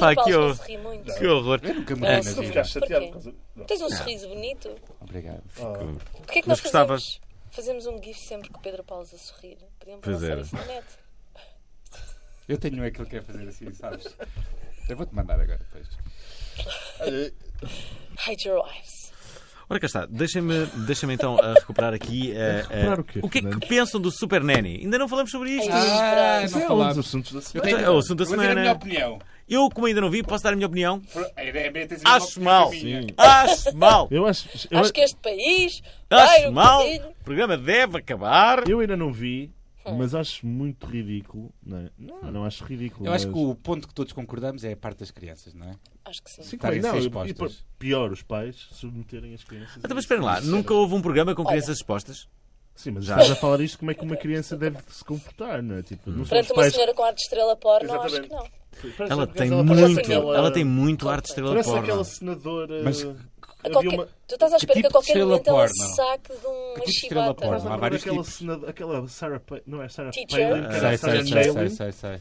Pá, que
Paulo
eu-
não se ri muito.
Ah, Que horror.
Eu nunca me ri na
Não,
é.
vida.
ficaste chateado por
causa. Ah.
Tens um sorriso bonito.
Obrigado.
Porquê é que
Mas
nós
gostavas-
fazemos, fazemos um gif sempre com o Pedro Paulo a sorrir? Podiam
Pois
lançar
era.
isso na net.
Eu tenho aquilo que é fazer assim, sabes? Eu vou-te mandar agora depois.
Hide your eyes.
Ora cá está, deixem-me deixem então a recuperar aqui. eh,
Recuperar
eh,
o quê,
que é que
Fernando?
pensam do Super Nanny? Ainda não falamos sobre isto.
Ah,
Isso é um dos assuntos da semana.
É o assunto da
Vou dizer a
semana.
minha opinião.
Eu, como ainda não vi, posso dar a minha opinião?
A ideia é bem teres a mesma
Acho
opinião
mal.
que a minha.
Acho mal.
Eu acho. Eu,
Acho que este país vai
Acho
um
mal.
bocadinho.
O programa deve acabar.
eu ainda não vi,
Hum.
mas acho muito ridículo. Não, é? não, não acho ridículo.
Eu acho que
mas-
o ponto que todos concordamos é a parte das crianças, não é?
Acho que sim.
Sim,
estarem
claro,
a ser
não, e- e
expostas.
pior, os pais submeterem as crianças. a
Então, mas
isso.
esperem lá, nunca houve um programa com crianças expostas?
Sim, mas já estás a falar isto, como é que uma criança deve se comportar, não é? Tipo, não são os
Perante uma
pais.
senhora com ar de estrela porno, acho
Exatamente.
que não.
Parece
Ela
que
tem
parece
muito,
aquela-
ela tem muito ar de estrela
Parece
porno.
aquela senadora.
Mas-
A
Havia
qualquer-
uma.
Tu estás à espera
tipo
que a qualquer
de estrela
momento ela
porno?
se saque de uma
tipo de estrela
chibata.
porno?
Faz-me
Há
lembrar
vários
aquela,
tipos. Ah,
senado- aquela Sarah Palin, não é Sarah
Teacher.
Palin, que era
Sei,
a
sei,
Sarah
sei, sei,
Palin.
sei, sei.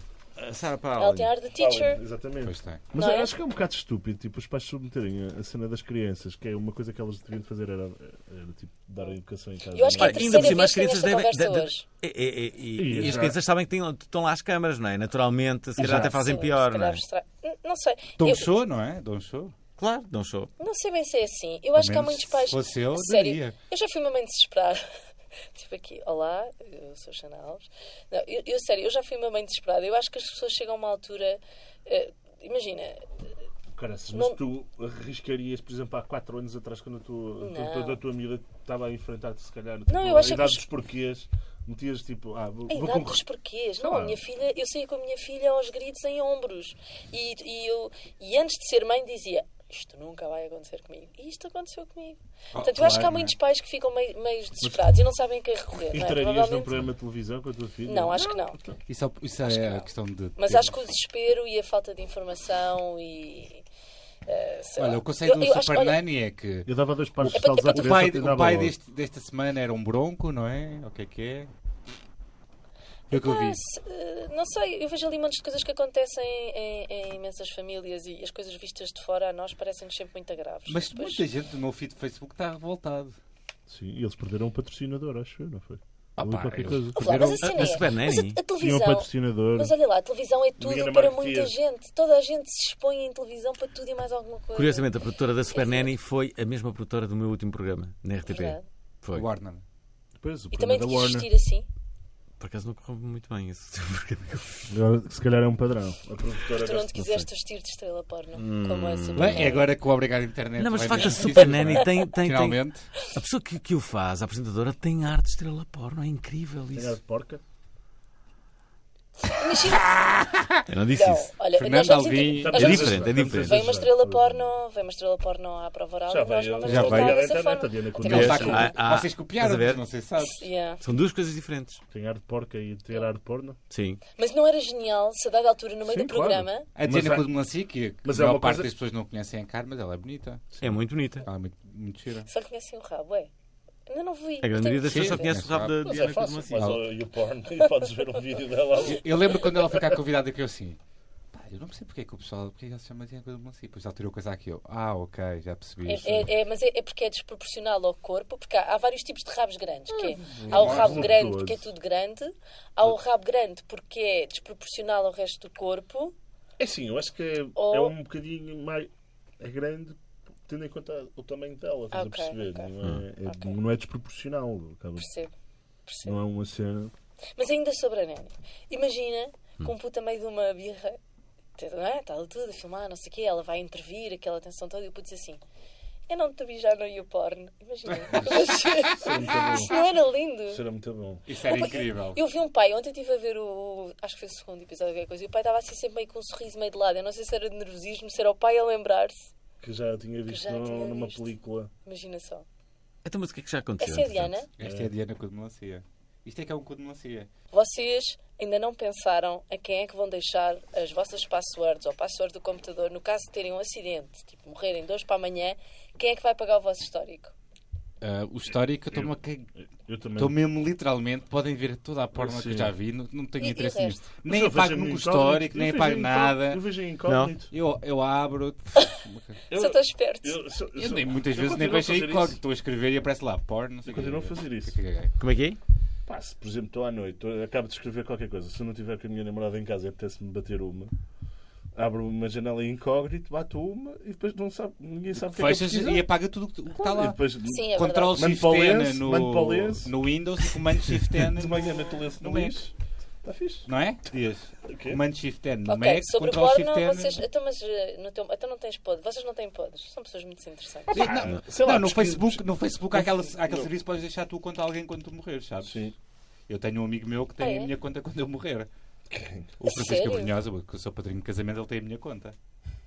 Sarah
Ela tem ar de teacher.
Exatamente.
Pois tem.
Mas
Não
eu
é?
acho que é um bocado estúpido, tipo, os pais submeterem a- a cena das crianças, que é uma coisa que elas deviam fazer, era, era, tipo, dar a educação em casa.
Eu acho que é a
Olha, ainda por
terceira
cima as
vez que
crianças
nesta
devem.
conversa
de- de-
hoje.
e, e- e- e
E
as
já.
crianças sabem que têm- estão lá as câmaras, não é? Naturalmente, se calhar
Já.
até fazem
Sim,
pior,
se
não é?
calhar estra- N- Não sei.
Dom
Eu-
show, não é? Dom show.
Claro, não sou.
Não sei bem se é assim. Eu acho que há
menos
muitos pais.
se fosse eu,
A sério,
daria.
eu já fui uma mãe desesperada. Tipo aqui, olá, eu sou Xana Alves. Não, eu, eu, sério, eu já fui uma mãe desesperada. Eu acho que as pessoas chegam a uma altura. eh, imagina,
Caraças, mas
Não-
tu arriscarias, por exemplo, há 4 anos atrás, quando a tua,
Não.
quando a tua miúda estava a enfrentar-te, se calhar,
Não, eu
a
acho que
idade
os-
dos porquês, metias tipo, ah, vou, vou
A idade dos
concorrer.
porquês. Não,
Ah.
a minha filha, eu saía com a minha filha aos gritos em ombros. E, e, eu, e antes de ser mãe dizia, isto nunca vai acontecer comigo. E isto aconteceu comigo. Portanto, eu acho que há
Oh, claro, é?
muitos pais que ficam meio, meio desesperados e não sabem a quem recorrer. Não, é?
Entrarias num
Provavelmente-
programa de televisão com a tua filha?
não, acho que não.
Isso, é- isso é a questão de.
Mas acho que o desespero e a falta de informação e. eh, sei
Olha,
lá.
o conceito
Eu-
do
eu acho-
Super
olha,
Nanny é que
Eu dava dois pares de
É para-
saltos à
é para-
o
criança
pai,
e
o
dava
pai
logo.
deste- desta semana era um bronco, não é? O que é que é? Foi o que eu vi.
Mas, eh, não sei, eu vejo ali montes de coisas que acontecem em, em imensas famílias e as coisas vistas de fora a nós parecem-nos sempre muito agraves.
Mas
Depois-
muita gente do meu feed do Facebook está revoltado.
Sim, e eles perderam um patrocinador, acho eu, não foi?
Ah,
Ou
pá,
qualquer
eu-
coisa.
Vá, mas a
a-
cena
a
é,
Super
mas
Nanny.
a- a
Tinha um
televisão,
patrocinador.
Mas olha lá, a televisão é
Miguel
tudo para
Marques
muita
Dias.
gente. Toda a gente se expõe em televisão para tudo e mais alguma coisa.
Curiosamente, a produtora da Super Nanny foi a mesma produtora do meu último programa, na RTP.
É Verdade.
Foi.
Warner.
Depois, o
um- E também
programa da
tinha
Warner.
existir assim.
Por acaso não correu muito bem esse programa.
Agora, Se calhar é um padrão. A produtora
tipo. Tu não te
desta-
quiseste vestir de estrela porno. Como é super.
É agora que o obrigado à internet.
Não, mas
vai
de facto a
mesmo
Super
dizer,
Nanny
não é?
tem. tem, tem
Finalmente.
a pessoa que, que o faz, a apresentadora, tem arte de estrela porno. É incrível
Se calhar
isso.
de porca.
Eu não disse
Não,
isso.
olha, nós
Fernando
vamos
Alvim.
inter- nós
É
vamos-
diferente, é diferente.
Vem uma estrela porno, vem uma estrela porno à prova oral
Já
e nós
veio-
não vamos
já
tratar
veio.
dessa
A
forma.
Diana
Até
Ele
Cunha.
porque-
está
Ah, ah,
com- Vocês
estás a
copiaram,
ver?
não sei se sabes.
Yeah.
São duas coisas diferentes.
Tem ar de porca e ter ar de porno.
Sim.
Mas não era genial se a dada altura, no meio
Sim,
do programa,
A
Mas
Diana
há-
Kudmlancy, que que a
mas é
maior
uma
parte
coisa-
das pessoas não conhecem a cara, mas ela é bonita.
É muito bonita.
Ela é muito, muito gira.
só conhecem o rabo, é? Ainda não vi.
A grande maioria das pessoas só
Sim.
conhece o rabo da
Mas
Diana
é fácil.
Codemacia.
Mas
ó,
o porno e podes ver um vídeo dela ali.
Eu, eu lembro quando ela foi cá convidada que eu assim. "Pá, Eu não percebo porque é que o pessoal, porque é que ela se chama Diana Kudmlancy. Depois ela tirou o casaco e eu, ah, ok, já percebi. isso."
É, é- é- mas é, é porque é desproporcional ao corpo, porque há, há vários tipos de rabos grandes. Que é, há o rabo grande porque é tudo grande, há o rabo grande porque é desproporcional ao resto do corpo.
É sim, eu acho que é,
Ou-
é um bocadinho mais. É grande, tendo em conta o tamanho dela, estás
Ok,
a perceber?
ok.
Não, é, é-
Ok.
não é desproporcional. acaba-
Percebo. percebo.
Não é uma cena.
Mas ainda sobre a Nani. Imagina com um puta meio de uma birra, tá- não é? Está ali tudo a filmar, não sei o quê, ela vai intervir, aquela atenção toda, e o puto diz assim. Eu não te vi já no YouPorn. Imagina. é tá Isso não era lindo.
Será muito bom.
Isso era
Opa,
incrível.
Eu vi um pai, ontem estive a ver o. Acho que foi o segundo episódio, qualquer coisa, e o pai estava assim sempre meio com um sorriso meio de lado. Eu não sei se era de nervosismo, se era o pai a lembrar-se.
Que já tinha visto
já
num-
tinha
numa
visto.
película.
Imagina só.
Então, mas o que é que já aconteceu?
Essa é a
entretanto?
Diana.
Esta é a Diana Kudmlancy. Isto é que é um Kudmlancy.
Vocês ainda não pensaram a quem é que vão deixar as vossas passwords ou password do computador no caso de terem um acidente, tipo morrerem dois para amanhã, quem é que vai pagar o vosso histórico?
Ah, o histórico, eu estou-me a cag-
Eu também.
Estou mesmo literalmente, podem ver toda a porno
Sim.
que eu já vi, não, não tenho
E- e
interesse
o
nisso.
resto?
Mas
Nem
eu
apago
vejo em
nunca o
incógnito,
histórico,
eu
nem
vejo em
apago
incógnito,
nada.
Eu vejo em incógnito.
Eu, eu abro.
Eu-
Só estou esperto.
eu- sou-
Eu
sou-
nem, muitas
eu
vezes nem
continuo a
vejo
fazer
incógnito.
isso.
Estou a escrever e aparece lá porno. Não sei
Eu
o quê.
continuo a fazer isso.
Caguei.
Como é que é?
Pá, se, por exemplo, estou à noite, estou- acabo de escrever qualquer coisa, se eu não tiver com a minha namorada em casa e apetece-me bater uma, abro uma janela em incógnito, bato uma e depois não sabe, ninguém sabe o que é que eu
Fechas
preciso.
e apaga tudo o que está
Claro, e
lá.
depois
Sim, é
Control
verdade.
Mando
Shift
para o
N
lenço, mando para o lenço.
no, no Windows e Comando Shift N
é.
de manhã meto o lenço no
no Mac.
lixo. Está fixe.
Não é? Dias.
Ok.
Comando Shift N no
Ok,
Mac,
sobre o
Control Shift
porno,
N.
vocês. Então, mas, eh, no teu- então não tens podres. Vocês não têm podres. São pessoas muito interessantes.
Não,
sei lá,
não, no
pesquisa-
Facebook, no Facebook há aquele, há aquele
Não.
serviço que podes deixar a tua conta a alguém quando tu morreres, sabes?
Sim.
Eu tenho um amigo meu que tem
Ah, é?
a minha conta quando eu morrer.
Quem?
O Francisco é
sério?
Abrunhosa, que eu sou padrinho de casamento, ele tem a minha conta.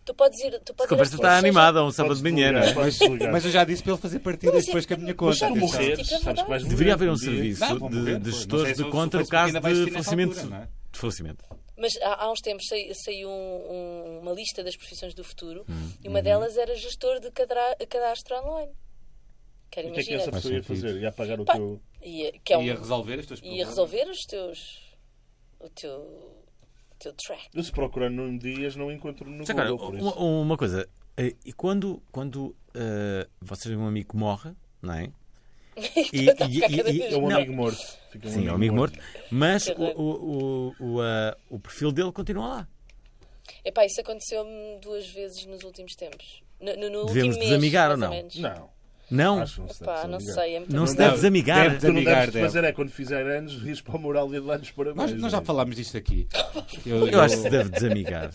Tu podes ir. Tu
A
podes ir
conversa
às
tá
está
pessoas-
animada, um sábado
Podes
de manhã, não
desligar,
é?
podes desligar.
Mas eu já disse para ele fazer partidas
Mas é-
depois com a minha
mas
conta.
já tipo, é
Quando
atenção.
morrer.
morreres, sabes que vais morrer.
Deveria haver um
Não,
serviço
vou
de, de
morrer, pois. Não sei
gestores de
se o
conta no
Facebook
caso
ainda vai
de
existir nessa
falecimento.
altura, não é?
De falecimento.
Mas há, há uns tempos sai- saiu, um- um- uma lista das profissões do futuro e uma delas era gestor de cadra- cadastro online. Quero
O que é que
imaginar.
essa pessoa ia
sentido.
fazer? Ia apagar o
Pá.
teu.
E, que é um-
E a resolver as tuas
e a resolver os teus. o teu. o teu track.
Eu se procurar num dias não encontro no
Já agora,
Google, por isso.
uma, uma coisa. eh, E quando, quando eh, vocês têm um amigo que morre, não é? E,
a ficar cada vez
É um
não,
amigo morto. Fica um
Sim, é um amigo morto. Mas
Que
o, o, o, o, ah, o perfil dele continua lá.
Epá, isso aconteceu-me duas vezes nos últimos tempos. No, no- no
Devemos
último mês,
desamigar ou
mais
não?
menos.
Não,
Não,
acho que não se deve
Epá, não
desligar.
sei. É muito
não se
complicado.
deve
Deve-
desamigar.
deve
Tu não
Amigar
deves
deve.
fazer é quando fizer anos, rires para o mural e dá-lhes parabéns.
Nós, nós já
não é?
falámos disto aqui. Eu,
Eu acho que se deve desamigar.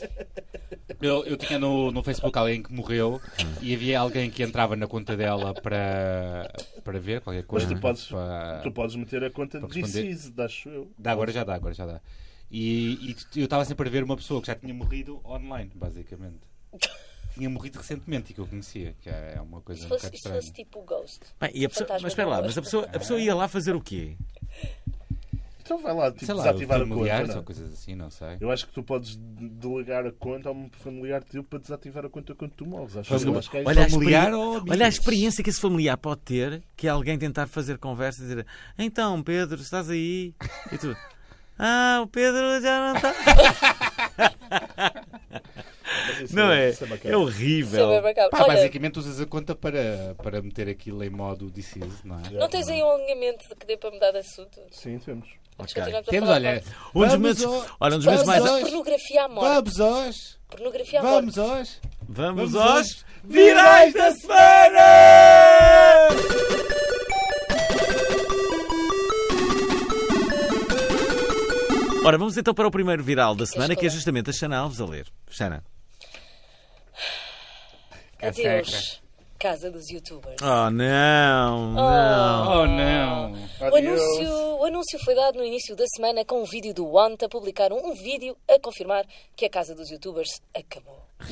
Eu, eu tinha no, no Facebook alguém que morreu e havia alguém que entrava na conta dela para, para ver qualquer
Mas
coisa.
tu podes,
para-
tu podes meter a conta de
para responder.
Deceased, acho eu.
Dá, agora já dá, agora já dá. E, e eu estava sempre a ver uma pessoa que já tinha morrido online, basicamente. Tinha morrido recentemente e que eu conhecia, que é uma coisa
Se
um
fosse,
bocado
se
estranha.
fosse tipo o Ghost.
Bem, e a pessoa-
Fantasma
mas espera lá,
do
mas a
Ghost.
pessoa, a pessoa ia lá fazer o quê?
Então vai lá, tipo,
Sei lá,
desativar a
familiares
conta.
ou
não? é?
coisas assim, não sei.
Eu acho que tu podes de- delegar a conta a um familiar teu para desativar a conta quando tu morres. Acho
Faz
eu
uma-
acho que é isso.
Olha a,
Familiar
experi-
ou amigos?
olha a experiência que esse familiar pode ter que é alguém tentar fazer conversa e dizer Então, Pedro, estás aí? E tu Ah, o Pedro já não tá." está.
Mas isso
Não é?
isso
É
bacana.
horrível.
Sobre a backup.
Pá,
Olha,
basicamente usas a conta para, para meter aquilo em modo deceased, não é?
não tens aí um alinhamento de que dê para mudar de assunto?
Sim, temos.
Mas
Ok.
continuamos a
Temos,
falar
olha,
de
Um dos
vamos
meus,
ao-
olha, um dos meus
vamos
mais.
ao-
Pornografia à morte.
Vamos hoje!
Pornografia à morte.
Vamos hoje!
Vamos
Vamos
aos
aos
virais da semana! Ora, vamos então para o primeiro viral da semana, que é justamente a Xana Alves a ler. Xana.
Adeus. Casa dos youtubers.
Oh, não, não.
Oh não!
O anúncio, o anúncio foi dado no início da semana com um vídeo do Want a publicar um, um vídeo a confirmar que a casa dos youtubers acabou.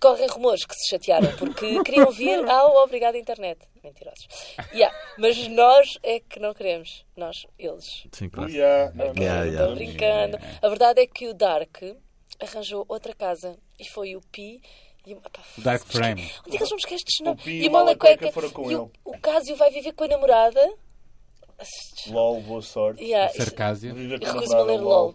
Correm rumores que se chatearam porque queriam vir ao Obrigado Internet. Mentirosos. Yeah, mas nós é que não queremos. Nós, eles.
Sim, claro.
Uia, não,
Yeah,
não, não,
yeah.
não.
Estou brincando. A verdade é que o Dark arranjou outra casa e foi o Pi. E, epá,
O Dark
onde é que-
Frame.
Onde é que eles vão buscar estes nomes?
Pi e
o
o Mala
Malacueca
Cueca foram com
e
ele.
o, o Cásio vai viver com a namorada.
LOL, boa sorte.
Yeah, isso-
Sarcásia.
Viva um
e
com a
recuso-me a ler
namorada,
LOL.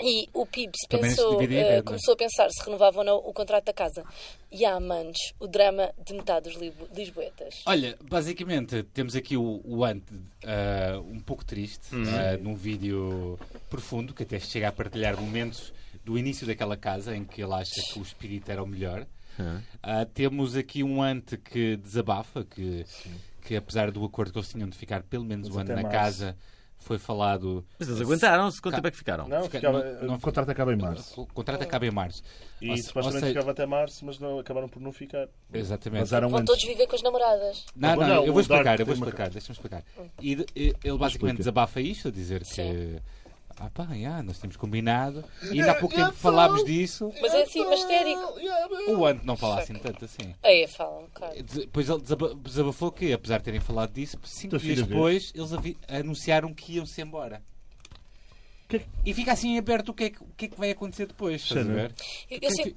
E o Pibes
Também se
pensou,
divide em
eh,
rede,
começou a pensar se renovavam ou não o contrato da casa. E há amantes, o drama de metade dos libo- lisboetas.
Olha, basicamente temos aqui o, o Ant ah, um pouco triste,
Uhum.
ah, num vídeo profundo que até chega a partilhar momentos do início daquela casa em que ele acha que o espírito era o melhor. Ah, temos aqui um Ant que desabafa, que, que apesar do acordo que eles tinham de ficar pelo menos um ano
até
na
março.
casa, foi falado.
Mas eles aguentaram-se. Quanto tempo é que ficaram?
Não,
Fica-
ficava-
não- não-
o contrato acaba em março.
O contrato acaba em março.
E
Ou se-
supostamente
ou seja-
ficava até março, mas não, acabaram por não ficar.
Exatamente.
Vazaram
Vão
antes.
todos viver com as namoradas.
Não,
Agora
não,
não,
eu
o
vou explicar,
Dark
eu vou
tem uma
explicar, deixa-me explicar. E, de- e- ele basicamente desabafa isto, a dizer que.
Sim.
Ah pá, já, nós tínhamos combinado. E ainda há pouco tempo falámos disso.
Mas é assim, mas histérico.
O Ant não fala assim tanto assim.
Aí fala um bocado.
Depois ele desaba- desabafou que, apesar de terem falado disso, cinco
Tua
dias
filha vê.
depois eles avi- anunciaram que iam-se embora.
é
Que-
E fica assim em aberto o que é que, o que é que vai acontecer depois, estás a
Xana.
ver?
Eu, eu sei-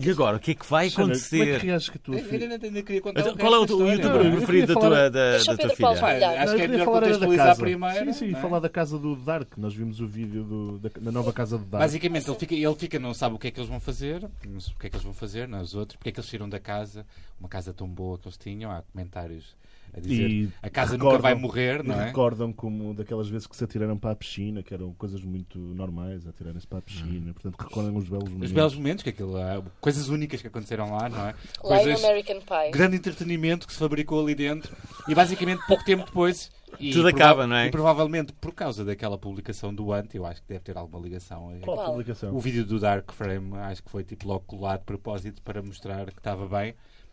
E agora, o que é que vai
Xana, Como é que
acontecer?
reages que a tua
Assim, Eu
filha...
ainda- ainda queria contar
Então,
o
qual é o,
resto
o
da história,
youtuber
não é?
preferido da
falar-
tua, da,
Deixa
da
o
tua
Pedro
filha?
falar.
Pá,
Olhar.
acho
Não,
que
eu
é
queria
melhor
falar era da
contextualizar
casa.
primeiro.
Sim, sim,
não é?
falar da casa do Dark. Nós vimos o vídeo do- da, da nova casa do Dark.
Basicamente, ele fica, ele fica, não sabe o que é que eles vão fazer, não sabe o que é que eles vão fazer, não, os outros, porque é que eles saíram da casa, uma casa tão boa que eles tinham, há comentários a dizer,
E
a casa
recordam-
nunca vai morrer,
e
não é?
recordam como daquelas vezes que se atiraram para a piscina, que eram coisas muito normais, atirarem-se para a piscina. Portanto, recordam os belos momentos.
Uhum. Os belos momentos, que aquilo, ah, coisas únicas que aconteceram lá, não é?
lá no
Coisas,
American Pie.
grande entretenimento que se fabricou ali dentro, e basicamente pouco tempo depois... e
Tudo
prova-
acaba, não é?
E provavelmente por causa daquela publicação do Ant, eu acho que deve ter alguma ligação a
Qual a
Qual?
publicação?
O vídeo do Dark Frame acho que foi tipo logo colado de propósito para mostrar que estava bem.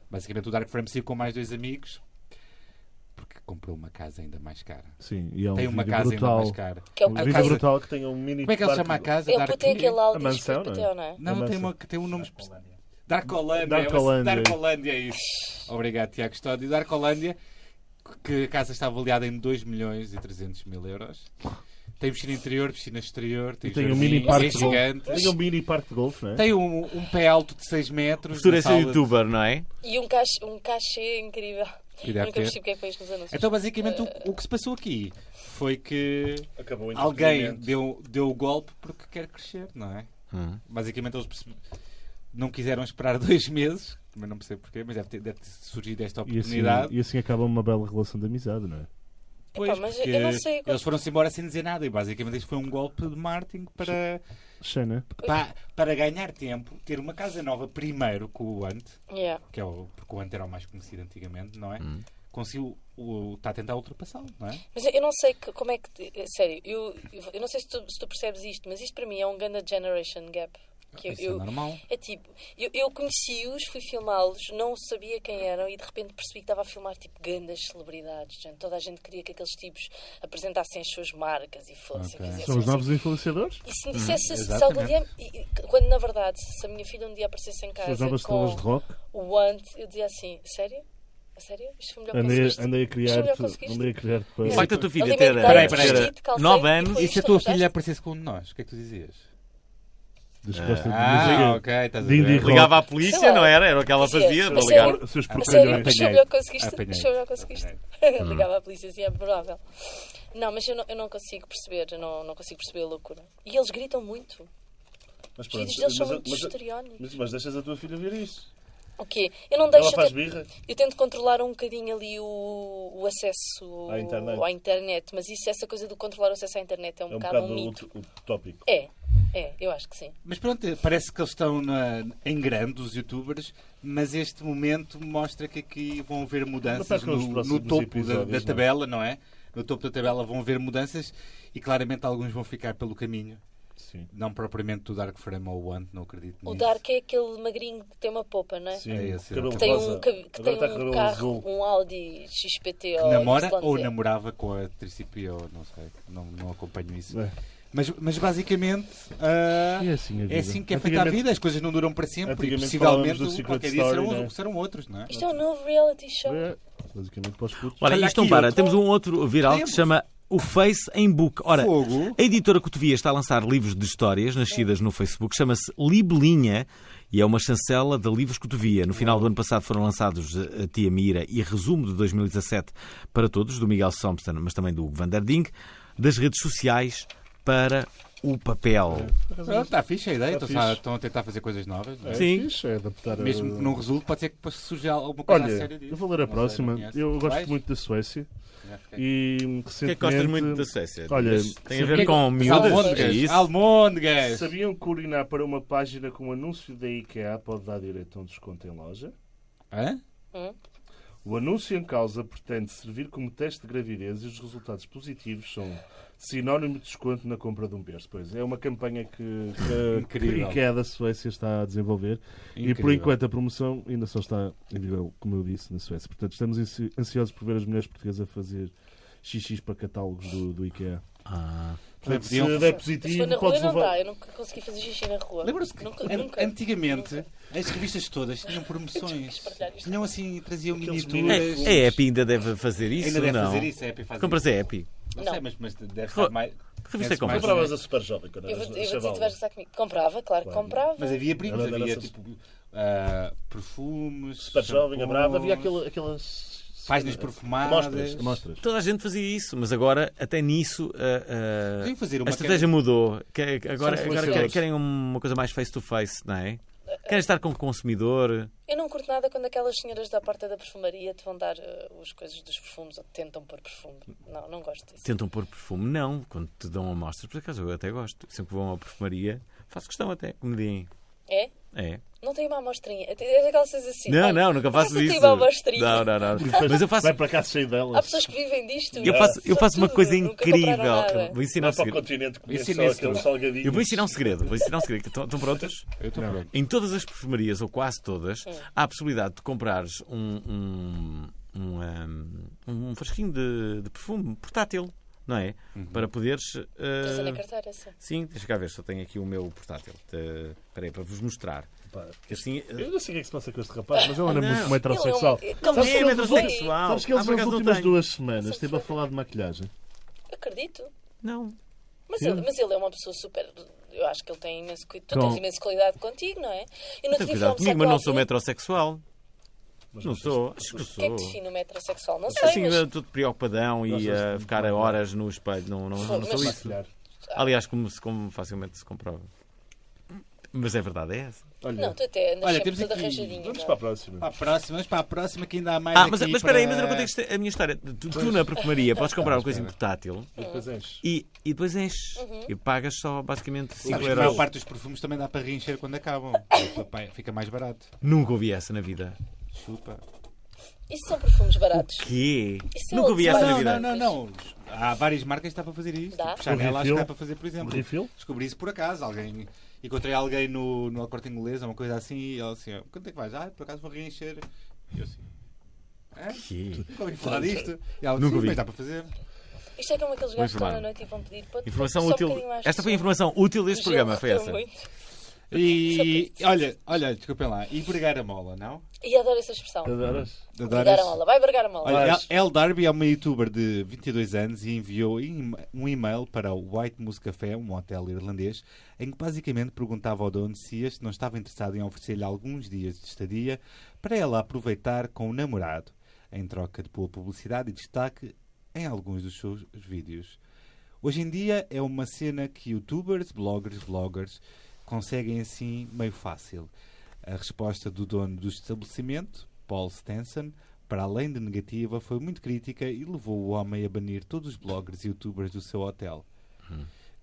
Basicamente o Dark Frame saiu com mais dois amigos porque comprou uma casa ainda mais cara.
Sim, e é um
Tem uma
vídeo
casa
brutal.
ainda mais cara.
Que é o
Um
a
vídeo
casa-
brutal que tem um
Como
mini
é que ele
parque-
chama a casa?
Eu
Dark...
botei aquele
Não,
áudio
A mansão, não é?
Pateu, não é?
A
tem,
mansão.
uma, tem um nome especial. Darkolândia.
Darkolândia.
Darkolândia. Darkolândia, é isso. Obrigado, Tiago Custódio. Darkolândia, que a casa está avaliada em 2 milhões e 300 mil euros. Tem piscina interior, piscina exterior, tem,
E tem um
jardim,
mini parque
é
de golfe.
gigante.
Tem um mini parque de golfe, não é?
Tem um, um pé alto de 6 metros.
O futuro é
na
ser
sala.
youtuber, não é?
E um cachê, um cachê incrível.
E
Eu
deve
nunca
ter.
percebi porque é que põe isto nos anúncios.
Então, basicamente, o, o que se passou aqui foi que
Acabou em
alguém
entretenimento.
deu, deu o golpe porque quer crescer, não é? Basicamente, eles perce- não quiseram esperar dois meses, mas não percebo porquê, mas deve ter, deve ter surgido esta
E assim,
oportunidade.
e assim acaba uma bela relação de amizade, não é?
Pois,
Epá, mas eu
porque
não sei qual-
Eles foram-se embora sem dizer nada e, basicamente, isto foi um golpe de marketing para,
Xana,
para, para ganhar tempo, ter uma casa nova primeiro com o Ant,
Yeah.
que é o, porque o Ant era o mais conhecido antigamente, não é?
Hum.
Conseguiu, o- está a tentar ultrapassá-lo, não é?
Mas eu- eu não sei que- como é que. eh, Sério, eu, eu não sei se tu, se tu percebes isto, mas isto para mim é um grande generation gap. Que
Isso é normal.
É tipo, eu, eu conheci-os, fui filmá-los, não sabia quem eram e de repente percebi que estava a filmar tipo grandes celebridades. gente. Toda a gente queria que aqueles tipos apresentassem as suas marcas e fossem.
Ok.
fizessem
São os
assim.
novos influenciadores?
E se me dissesse se
Exatamente.
algum dia. e- e- Quando na verdade, se a minha filha um dia aparecesse em
São as
casa
novas estrelas de
com
rock?
o Want, eu dizia assim: sério? A sério? Isto foi melhor que
Andei,
conseguiste?
andei a criar.
Isto foi melhor que conseguiste?
Andei a criar para.
O facto da tua filha ter
Alimentei,
Peraí, peraí.
ter
vesti-te, calcei,
9
e
anos
foi
E se a
isto
tua
que
filha
arranjaste?
aparecesse com um de nós, o que é que tu dizias?
Desgosta de
Ah,
música.
ok, estás a
Dindin
ver.
rock.
ligava à polícia,
Sei lá.
não era? Era o que ela
Dizia,
fazia. tá Vou
mas
ligar.
sério?
Seus
A sério,
porcalhões.
isto foi melhor que conseguiste?
Apanhei.
Isto foi melhor que conseguiste? Ligava
Hum.
à polícia assim, é provável. Não, mas eu não, eu não consigo perceber, eu não, não consigo perceber a loucura. E eles gritam muito.
Mas
Os vídeos
pronto,
deles são
mas-
muito
mas-
histriónicos.
Mas, mas deixas a tua filha ver isso.
O quê? Eu não deixo.
Ela faz
eu, te-
birra.
eu tento controlar um bocadinho ali o, o acesso
À internet.
internet, mas isso, essa coisa do controlar o acesso à internet é um,
É um
bocado,
bocado
um
o,
mito.
o tópico.
É, é, eu acho que sim.
Mas pronto, parece que eles estão na- em grande, os youtubers, mas este momento mostra que aqui vão haver mudanças
parece que nos
no,
próximos
no topo da,
episódios,
da
não é?
tabela, não é? No topo da tabela vão haver mudanças e claramente alguns vão ficar pelo caminho.
Sim.
Não propriamente o Dark Frame ou o Ant, não acredito nisso.
O Dark é aquele magrinho que tem uma popa, não é?
Sim,
É esse,
cabelo
Que tem
rosa.
um, cab- que
Agora
tem
está com
um
cabelo
carro,
azul.
um Audi XPT
Que
ou
namora
Y-Z.
ou namorava com a Tricipio, não sei, não, não acompanho isso.
É.
Mas, mas basicamente ah,
E é assim a vida.
é assim que é feita a
Antigamente-
vida, as coisas não duram para sempre e
antigamente
possivelmente
falávamos do
qualquer
Secret
dia serão,
Story, né?
serão outros, não é?
Isto é um novo reality show.
É, Basicamente para os putos.
Ora,
Olha
isto não
aqui
para.
outro.
Temos um outro viral que
Temos.
se chama O Face em Book. Ora,
Fogo.
a editora Cotovia está a lançar livros de histórias nascidas no Facebook. Chama-se Libelinha e é uma chancela da Livros Cotovia. No final do ano passado foram lançados eh, a Tia Mira e Resumo de 2017 para todos, do Miguel Thompson, mas também do Hugo Van der Dink, das redes sociais para o papel.
Pronto, está fixe a ideia,
é Tá
estão,
fixe.
a, estão a tentar fazer coisas novas. não é?
É
Sim.
fixe, é adaptar a-
Mesmo que não resulte, pode ser que depois surja alguma coisa a
Olha,
sério disso.
eu vou ler a
Não sei,
próxima.
não conheço.
eu gosto
Vais?
muito da Suécia.
Já fiquei.
E recentemente...
O que é que gostas muito da Suécia?
Olha,
Tem a ver com
Mas
miúdas? É
Almôndegas!
isso?
Almôndegas!
Sabiam que urinar para uma página com um anúncio da IKEA pode dar direito a um desconto em loja?
Hã?
O anúncio em causa pretende servir como teste de gravidez e os resultados positivos são sinónimo de desconto na compra de um berço. Pois é, uma campanha que, que, que
Incrível.
a IKEA da Suécia está a desenvolver e por
Incrível.
enquanto a promoção ainda só está em vigor, como eu disse, na Suécia. Portanto, estamos ansi- ansiosos por ver as mulheres portuguesas a fazer xx para catálogos do, do IKEA.
Ah.
Portanto,
Podiam-
se der
Mas foi
positivo,
na rua
podes
não
levar.
dá, eu nunca consegui fazer xixi na rua.
Lembra-se que
Nunca-
an-
nunca.
antigamente
Nunca.
as revistas todas tinham promoções.
partilhar isto.
Tinham assim, traziam
Aqueles
miniaturas.
mini-
É, a Epi ainda deve fazer isso
Ainda
ou
deve
não?
fazer isso, é para fazer.
Compras a Epi.
Não,
Não.
sei, mas, mas deve
Ro-
estar mais.
Revista
conheces
com mais.
mais,
Compravas É a super jovem quando
Eu vou,
eras
eu vou dizer,
chaval.
tu vais gozar comigo. Comprava, claro que
Claro.
comprava.
Mas havia brincos,
Era da
havia
nossa-
tipo ah, perfumes.
Super jovem, a brava, havia
shampoos.
aquele- aquelas...
Páginas perfumadas.
Mostras, mostras.
Toda a gente fazia isso, mas agora até nisso ah, ah,
Deviam fazer
a
uma
estratégia mudou. Que- Agora,
São
agora
influenciadores.
querem, querem uma coisa mais face to face, não é? Querem estar com o consumidor.
Eu não curto nada quando aquelas senhoras da porta da perfumaria te vão dar uh, as coisas dos perfumes ou te tentam pôr perfume. Não, não gosto disso.
Tentam pôr perfume. Não, quando te dão amostras, por acaso eu até gosto. Sempre que vou a uma perfumaria, faço questão até, que me deem.
É?
É.
Não tem uma amostrinha. É aquelas coisas assim.
Não,
Ai,
não, nunca faço
nunca
isso.
tive tipo uma amostrinha.
Não, não, não. Mas eu faço,
Vai para casa cheio delas.
Há pessoas que vivem disto.
eu faço, eu
São
faço uma
tudo,
coisa
nunca compraram
incrível.
nada.
Eu Vou ensinar
Não é
um
para o
segredo.
continente comer
Esse
só
imenso,
aquele
não.
salgadinho.
Eu vou ensinar um segredo. Vou ensinar um segredo. Estão, estão prontos?
Eu estou pronto.
Em todas as perfumarias ou quase todas,
É.
há a possibilidade de comprares um, um, um, ahm, um frasquinho de, de perfume portátil, não é?
Uhum.
Para poderes. ah,
Trazer na carteira, sim.
sim, deixa cá ver se eu tenho aqui o meu portátil. Te- Espera aí, para vos mostrar. Que Assim, ah,
Eu não sei o que é que se passa com este rapaz, mas ele anda
Não.
muito metrosexual.
Ele é um- Como
Sabes
é
que ele-
metrosexual?
Sabes que
Ah,
eles
por acaso
nas
não
últimas
tenho.
duas semanas esteve a falar de maquilhagem.
Acredito.
Não.
Mas
Sim.
ele, mas ele é uma pessoa super. Eu acho que ele tem imenso cuidado. Tu
Com-
tens imenso qualidade contigo, não é? Eu não
Tenho cuidado comigo, mas não sou metrosexual. Não sou. Acho que
O que é que
sou.
define o metrosexual? Não sei,
Assim,
mas
ah, todo preocupadão e
Gostas
a
de
ficar a horas no espelho. Não, não, não
Mas-
sou isso.
Maquilhar.
Aliás, como, se- como facilmente se comprova. Mas é verdade, é essa.
Não, tu até andas
Olha,
sempre
temos
toda
aqui-
arranjadinha.
Vamos
não é?
para a próxima.
Para a próxima, vamos para a próxima que ainda há mais.
Ah, mas,
aqui
mas espera aí,
para-
mas eu não contei isto- a minha história. Tu, tu na perfumaria podes comprar uma coisa em portátil
Depois enche.
e, e depois enches.
Uhum.
E pagas só basicamente 5
Sabes que a maior
euros.
parte dos perfumes também dá para reencher quando acabam. Papai, Fica mais barato.
Nunca ouvi essa na vida.
Chupa.
Isso são perfumes
O
baratos.
quê?
Isso é
Nunca
outro
ouvi essa na
Não,
vida.
não, não, não. Há várias marcas que dá para fazer isto.
Dá.
Chanel acho
Refill.
que dá para fazer, por exemplo.
Refill?
Descobri isso por acaso. Alguém encontrei alguém no, no Alcorte Inglês, ou uma coisa assim, e ele assim, quanto é que vais? Ah, por acaso vou reencher. E eu assim, hã?
Que?
Nunca ouvi falar disto. E
Nunca
ela, Nunca
ouvi.
vi. Mas dá para fazer.
Isto é como aqueles
Bem
gajos que estão na
informado.
noite e vão pedir para
Informação
só um
útil.
bocadinho às
Esta foi a
pessoas.
informação útil deste
O
programa,
gelo
foi
bateu
essa.
muito.
E olha, olha, desculpem lá, e pregar a mola, não?
E adoro essa expressão.
Adoras?
Bregar a mola. Vai bregar a mola.
Olha, El El Darby é uma youtuber de 22 anos e enviou im- um e-mail para o White Moose Café, um hotel irlandês, em que basicamente perguntava ao dono se este não estava interessado em oferecer-lhe alguns dias de estadia para ela aproveitar com o namorado, em troca de boa publicidade e destaque em alguns dos seus vídeos. Hoje em dia é uma cena que youtubers, bloggers, vloggers conseguem assim meio fácil. A resposta do dono do estabelecimento, Paul Stenson, para além de negativa, foi muito crítica e levou o homem a banir todos os bloggers e youtubers do seu hotel.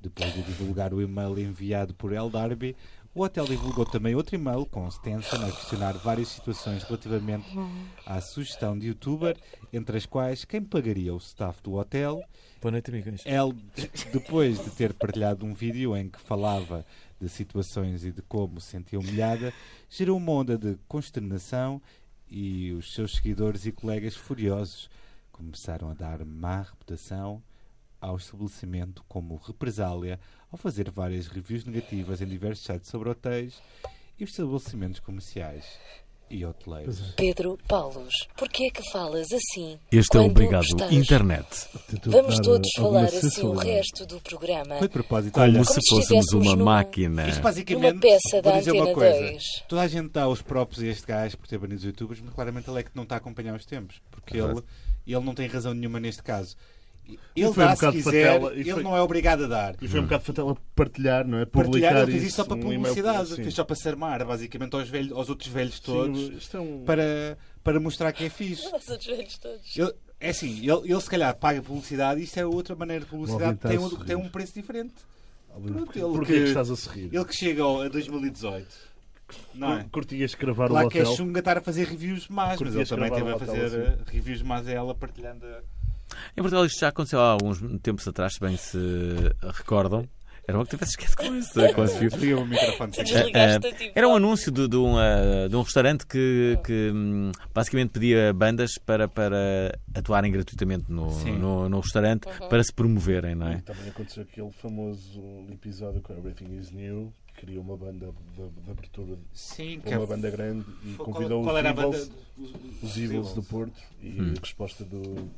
Depois de divulgar o e-mail enviado por El Darby, o hotel divulgou também outro e-mail com Stenson a questionar várias situações relativamente à sugestão de youtuber, entre as quais quem pagaria o staff do hotel.
Boa noite, amigos.
Ele, depois de ter partilhado um vídeo em que falava de situações e de como se sentia humilhada, gerou uma onda de consternação e os seus seguidores e colegas furiosos começaram a dar má reputação ao estabelecimento como represália ao fazer várias reviews negativas em diversos sites sobre hotéis e os estabelecimentos comerciais e
é.
hoteleiros.
Pedro Paulos, porquê é que falas assim?
Este é o
quando
Obrigado
estás?
Internet. uh,
Vamos todos
Alguma
falar assim o
sensualidade.
resto do programa.
Foi de propósito.
Como
olha,
se
se
fôssemos
estivéssemos
uma
num-
É.
máquina.
Isto basicamente.
Numa peça da
vou dizer
Antena
uma coisa.
2.
Toda a gente dá os próprios a este gajo por ter banido os youtubers, mas claramente ele é que não está a acompanhar os tempos.
É
Porque ele, ele não tem razão nenhuma neste caso. Ele
foi um
dá se
bocado
quiser,
patela, e
ele
foi-
não é obrigado a dar.
E foi um bocado fatela partilhar, não é? Publicar
Partilhar, ele fez isto só para
um e-mail
publicidade,
público, sim.
fez só para se armar, basicamente, aos, velhos, aos outros velhos todos,
Sim, isto é um-
para, para mostrar que é fixe.
Os outros velhos todos.
Ele- é assim, ele, ele se calhar paga publicidade e isto é outra maneira de publicidade que
está
tem,
a
um-
sorrir. tipo
tem um preço diferente. Pronto, ele
Porquê é que estás a sorrir?
Ele que chega ao- a 2018, não é?
Curtias cravar o
Lá que é
um hotel.
chunga estar a fazer reviews más, mas
Curtias
ele também
gravar
teve
um
a
hotel
fazer
assim.
eh, reviews más a ela partilhando. a-
Em Portugal isto já aconteceu há alguns tempos atrás, se bem se recordam. Era bom que tivesse esquecido com esse, com esse fio.
Liga-me o microfone. sim.
Desliga.
Eh,
Ligaste, tipo, Ah.
era um anúncio de, de um, eh, de um restaurante que, que, hum, basicamente pedia bandas para, para atuarem gratuitamente no,
Sim.
no, no restaurante
Uhum.
para se promoverem, não
E
é?
Também aconteceu aquele famoso episódio com Everything is New, que criou uma banda de, de abertura
Sim, que
para
é-
uma banda grande e
Qual-
convidou
qual
os,
era a banda?
Evils, os Evils do Porto e
Hum.
a resposta do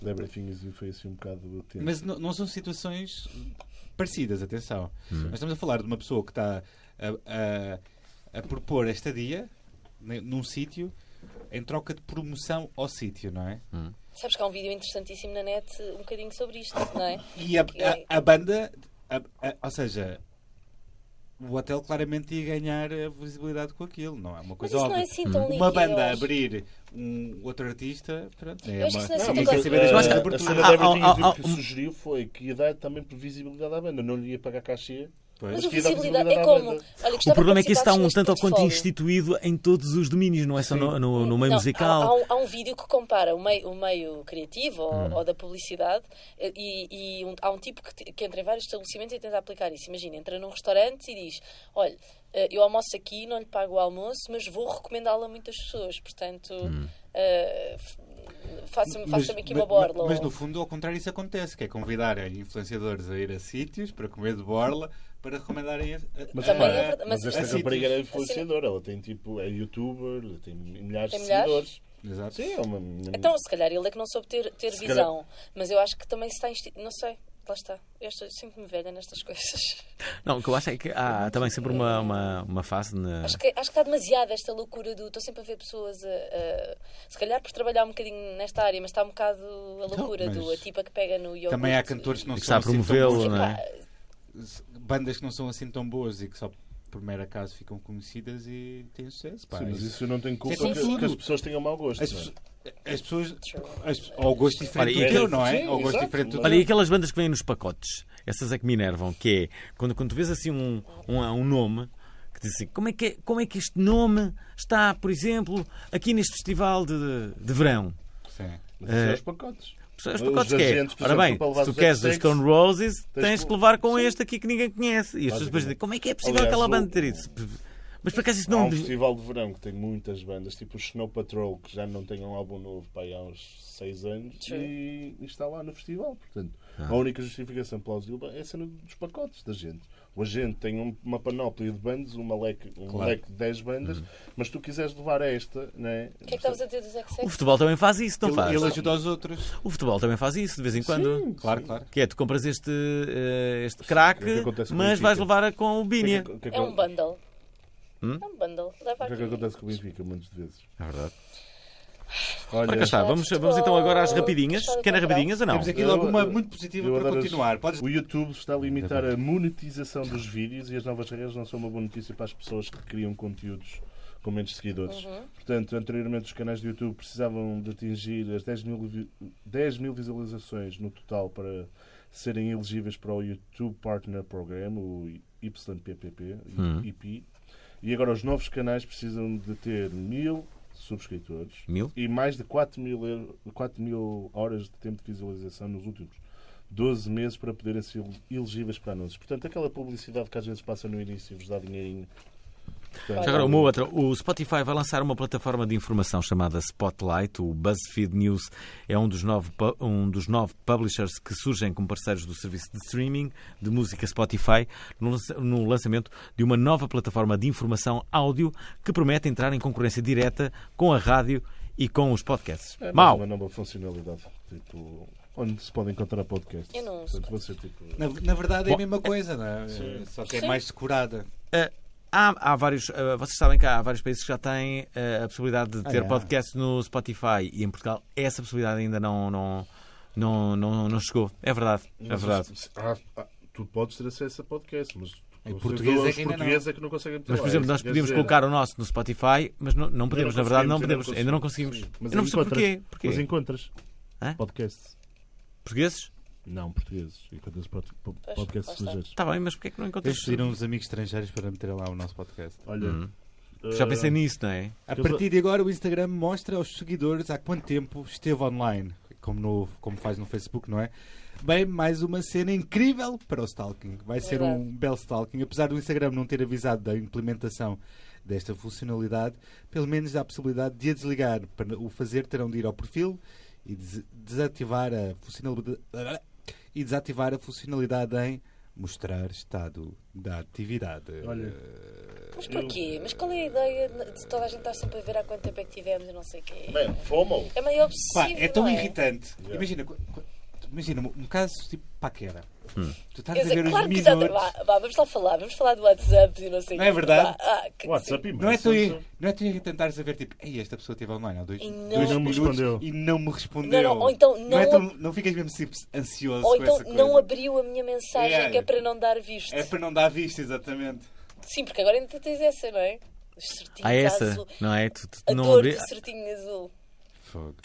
de Everything is New foi assim um bocado atenta.
Mas não, não são situações parecidas, atenção. Nós estamos a falar de uma pessoa que está a, a, a propor a estadia ne- num sítio em troca de promoção ao sítio, não é?
Sabes que há um vídeo interessantíssimo na net um bocadinho sobre isto, não é?
E a, a- a banda, a- a- ou seja, o hotel claramente ia ganhar a visibilidade com aquilo, não é uma
Mas
coisa
isso não
óbvia.
é assim tão líquido.
uma banda
eu acho.
abrir um outro artista, pronto, é
Eu acho
uma-
que isso não é assim
Não,
tão
mas
claro.
é saber as
Mas-
Eh,
coisas de
a
abertura.
cena
Ah,
da
ah,
Everything
ah,
is New
ah,
um-
que sugeriu foi que ia dar também visibilidade à banda, não lhe ia pagar cachê.
Mas a
que ia dar
visibilidade é
à
como?
banda.
Olha,
O
gostava
problema é
de
que isso está
participar
um
neste
tanto ao quanto
portfólio.
instituído em todos os domínios, não é só no, no, no meio
Não,
musical.
Há, há um, há um vídeo que compara o meio, o meio criativo ou, ou da publicidade e, e um- há um tipo que, te- que entra em vários estabelecimentos e tenta aplicar isso. Imagina, entra num restaurante e diz: Olha, eh, eu almoço aqui, não lhe pago o almoço, mas vou recomendá-lo a muitas pessoas, portanto, eh, f- faça-me faça-me aqui uma borla.
Mas,
ou-
no fundo, ao contrário, isso acontece, que é convidar influenciadores a ir a sítios para comer de borla, para recomendarem. A,
Mas,
Também
repara,
é verdade,
mas
mas-
esta
assim,
rapariga era
tipo,
influenciadora, ela tem tipo, é youtuber, tem milhares
Tem
de
milhares?
seguidores.
Exato.
Sim, é uma.
Então, se calhar ele é que não soube ter, ter
Se
visão, mas eu acho que também se está. insti- Não sei, lá está. Eu estou- sinto-me velha nestas coisas.
Não, o que eu acho é que há também sempre uma, uma, uma fase na.
Acho que, acho que está demasiado esta loucura do. Estou sempre a ver pessoas a, a- Se calhar por trabalhar um bocadinho nesta área, mas está um bocado a loucura
Então, mas
do. A tipa que pega no iogurte.
Também há cantores que não
Que
são
está a
assim tão
promovê-lo,
boas,
não é?
Pá,
bandas que não são assim tão boas e que só por mero acaso ficam conhecidas e têm sucesso. Pá.
Sim, mas isso eu não tenho culpa
Sim,
que,
sim.
que as pessoas tenham mau gosto.
As,
não é?
pessoas- as pessoas. As, ao gosto diferente
Olha, e
do teu,
aquele-
não é?
Sim,
Ao gosto
exato.
diferente do
Olha, e
teu.
aquelas bandas que vêm nos pacotes, essas é que me enervam, que é quando, quando tu vês assim um, um, um nome que diz assim, como é que, é- como é que este nome está, por exemplo, aqui neste festival de, de verão?
Sim.
Mas isso é os pacotes.
São os
Os
pacotes que é.
agentes, por
Ora
exemplo,
bem,
para levar
se tu
os
queres a
hashtags,
Stone Roses,
tens
tens
que-
que levar com este aqui que ninguém conhece. E as pessoas depois
Basicamente.
dizem, como é que é possível
Aliás,
aquela
o-
banda ter isso? Mas por acaso isso
Há
não...
um festival de verão que tem muitas bandas, tipo o Snow Patrol, que já não tem um álbum novo pá, aí há uns 6 anos, e, e está lá no festival. Portanto, a única justificação plausível é a cena dos pacotes da gente. O agente tem um- uma panóplia de bandas, uma leque, um
Claro.
leque de 10 bandas, mas tu quiseres levar esta, né?
O que é que estavas a dizer do Zack
O futebol também faz isso, não
Ele-
faz?
ele ajuda os outros.
O futebol também faz isso, de vez em quando.
Claro, claro.
Que é, tu compras este, eh, este crack,
O que acontece com o
mas
Benfica?
vais levar a com o Bínia.
O que é que- o que é que-
É um bundle.
Hum?
É um
o
bundle. Leva
que é que
aqui.
acontece com o Benfica muitas vezes?
É verdade.
Olha,
Ora cá está, vamos, vamos então agora às rapidinhas. Querem rapidinhas ou não?
Temos aqui
Eu-
logo uma
eu-
é muito positiva
eu
para
adoro as-
continuar. Podes...
O YouTube está a limitar a monetização dos vídeos e as novas regras não são uma boa notícia para as pessoas que criam conteúdos com menos seguidores. Portanto, anteriormente os canais do YouTube precisavam de atingir as 10 mil, vi- 10 mil visualizações no total para serem elegíveis para o YouTube Partner Program, o YPPP, IP. E agora os novos canais precisam de ter mil subscritores
Mil?
e mais de 4 mil, eu- 4 mil horas de tempo de visualização nos últimos 12 meses para poderem ser elegíveis para anúncios. Portanto, aquela publicidade que às vezes passa no início e vos dá dinheirinho. Portanto, é
Já agora uma outra. O Spotify vai lançar uma plataforma de informação chamada Spotlight. O BuzzFeed News é um dos nove, pu- um dos nove publishers que surgem como parceiros do serviço de streaming de música Spotify no lança- no lançamento de uma nova plataforma de informação áudio que promete entrar em concorrência direta com a rádio e com os podcasts.
é mais
Mau!
uma nova funcionalidade, tipo, onde se pode encontrar podcasts.
Eu não
Portanto, vou ser tipo...
Na, na verdade é
Bom,
a mesma coisa, não é? Só que é mais decorada.
Eh, Há, há vários, eh, vocês sabem que há vários países que já têm eh, a possibilidade de ter
é?
podcasts no Spotify e em Portugal essa possibilidade ainda não, não, não, não, não chegou. É verdade, é verdade.
Mas, ah, ah, tu podes ter acesso a podcasts, mas
Em
os
português é que ainda
portugueses é que não conseguem ter
Mas,
lá.
por exemplo, nós
Quer
podíamos
dizer,
colocar o nosso no Spotify, mas não, não podemos, na verdade, não
conseguimos,
podemos. Ainda não conseguimos.
Sim,
Eu não percebo
encontras-
porquê. porquê.
Mas encontras
Hã?
podcasts.
Portugueses?
Não, portugueses. Encontras pod- po-
Pois,
podcasts
lá está.
estrangeiros.
Está bem, mas porquê é que não encontras?
Tens pedir uns amigos estrangeiros para meter lá o nosso podcast.
Olha,
Uhum. Já pensei
eh,
nisso, não é?
A partir de agora, o Instagram mostra aos seguidores há quanto tempo esteve online, como, no- como faz no Facebook, não é? Bem, mais uma cena incrível para o stalking. Vai ser
Verdade.
um belo stalking. Apesar do Instagram não ter avisado da implementação desta funcionalidade, pelo menos há a possibilidade de a desligar. Para o fazer, terão de ir ao perfil e des- desativar a funcionalidade e desativar a funcionalidade em mostrar estado da atividade.
Olha,
Mas porquê? Mas qual é a ideia de de toda a gente estar sempre a ver há quanto tempo é que tivemos e não sei o quê?
Man, FOMO.
É meio obsessivo.
Pá, é tão
não
irritante. Imagina, qu- qu- imagina um um caso tipo paquera. Tu estás
Quer
a ver
dizer,
os
claro que já tem.
minutos.
Vá, vá, vamos lá falar, vamos falar do WhatsApp e não sei o
Não
quê.
é verdade?
Vá, ah, que-
WhatsApp e
Não é,
mais.
tão, ir- não é tão irritante estares a ver tipo, ei, esta pessoa teve online há dois,
E não-
dois
Não me
minutos
respondeu.
e não me respondeu.
Não, não, ou então
é
não-
tão, não ficas mesmo sempre ansioso
Ou
com
então
essa coisa.
não abriu a minha mensagem
Yeah.
que é para não dar visto.
É para não dar vista, exatamente.
Sim, porque agora ainda tens essa, não é? Os certinhos
Há essa,
azul.
não Ah, é? Tu, tu
A
não
dor
abri-
do certinho azul.
Fogo.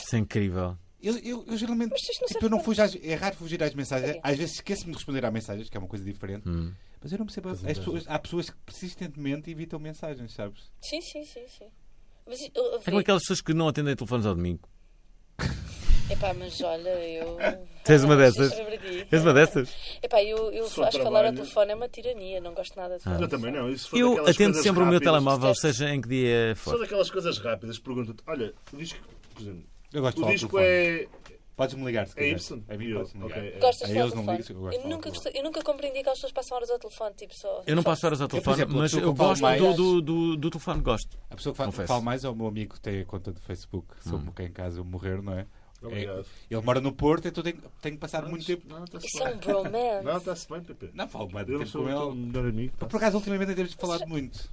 Isso é incrível.
Eu, eu, eu geralmente.
Mas isto não
tipo,
serve
eu não
para-
fujo às, é raro fugir às mensagens.
Sim.
Às vezes esqueço-me de responder às mensagens, que é uma coisa diferente. Mas eu não percebo.
é,
As pessoas, há pessoas que persistentemente evitam mensagens, sabes?
Sim, sim, sim, sim. Mas eu- eu
É como
vi.
aquelas pessoas que não atendem telefones ao domingo.
Epá, mas olha, eu.
Tens uma
Ah,
dessas?
deixa-me para ti.
És uma dessas?
Epá, eu, eu acho
Só
que falar ao
trabalho.
telefone é uma tirania, não gosto
Ah.
nada de falar.
Eu também não. Isso foi
Eu
daquelas
atendo
coisas
sempre o meu
rápidas.
telemóvel, seja em que dia
São
for.
daquelas coisas rápidas. Pergunta-te, olha, o disco, por exemplo,
Eu gosto de
o
falar
disco
pelo telefone.
é,
Podes-me ligar, se
é
quiser.
Y?
A mim
Eu,
podes-me ligar.
ok, é.
Gostas de
Ah, eles
falar ao
não ligam, eu
telefone?
gosto de
Eu
falar
nunca,
ao
gostei- eu nunca compreendi que as pessoas passam horas ao telefone, tipo só.
Eu não
só-
passo horas ao
É, por
telefone,
exemplo, a
mas
pessoa que
eu
eu falo
gosto
mais-
do, do, do, do telefone, gosto.
A pessoa que fala,
Confesso. Hum.
fala mais é o meu amigo que tem a conta do Facebook, sobre quem em casa eu morrer, não é?
Obrigado.
É- Ele mora no Porto, então tenho, tenho que passar muito tempo.
Não, está-se
Isso é um
bem. Não, tá
bromance.
está-se bem, Pepe.
Não falo mais de
Eu
tempo
sou
com
o teu
ele.
melhor amigo. pá.
Por acaso, ultimamente não temos falado muito.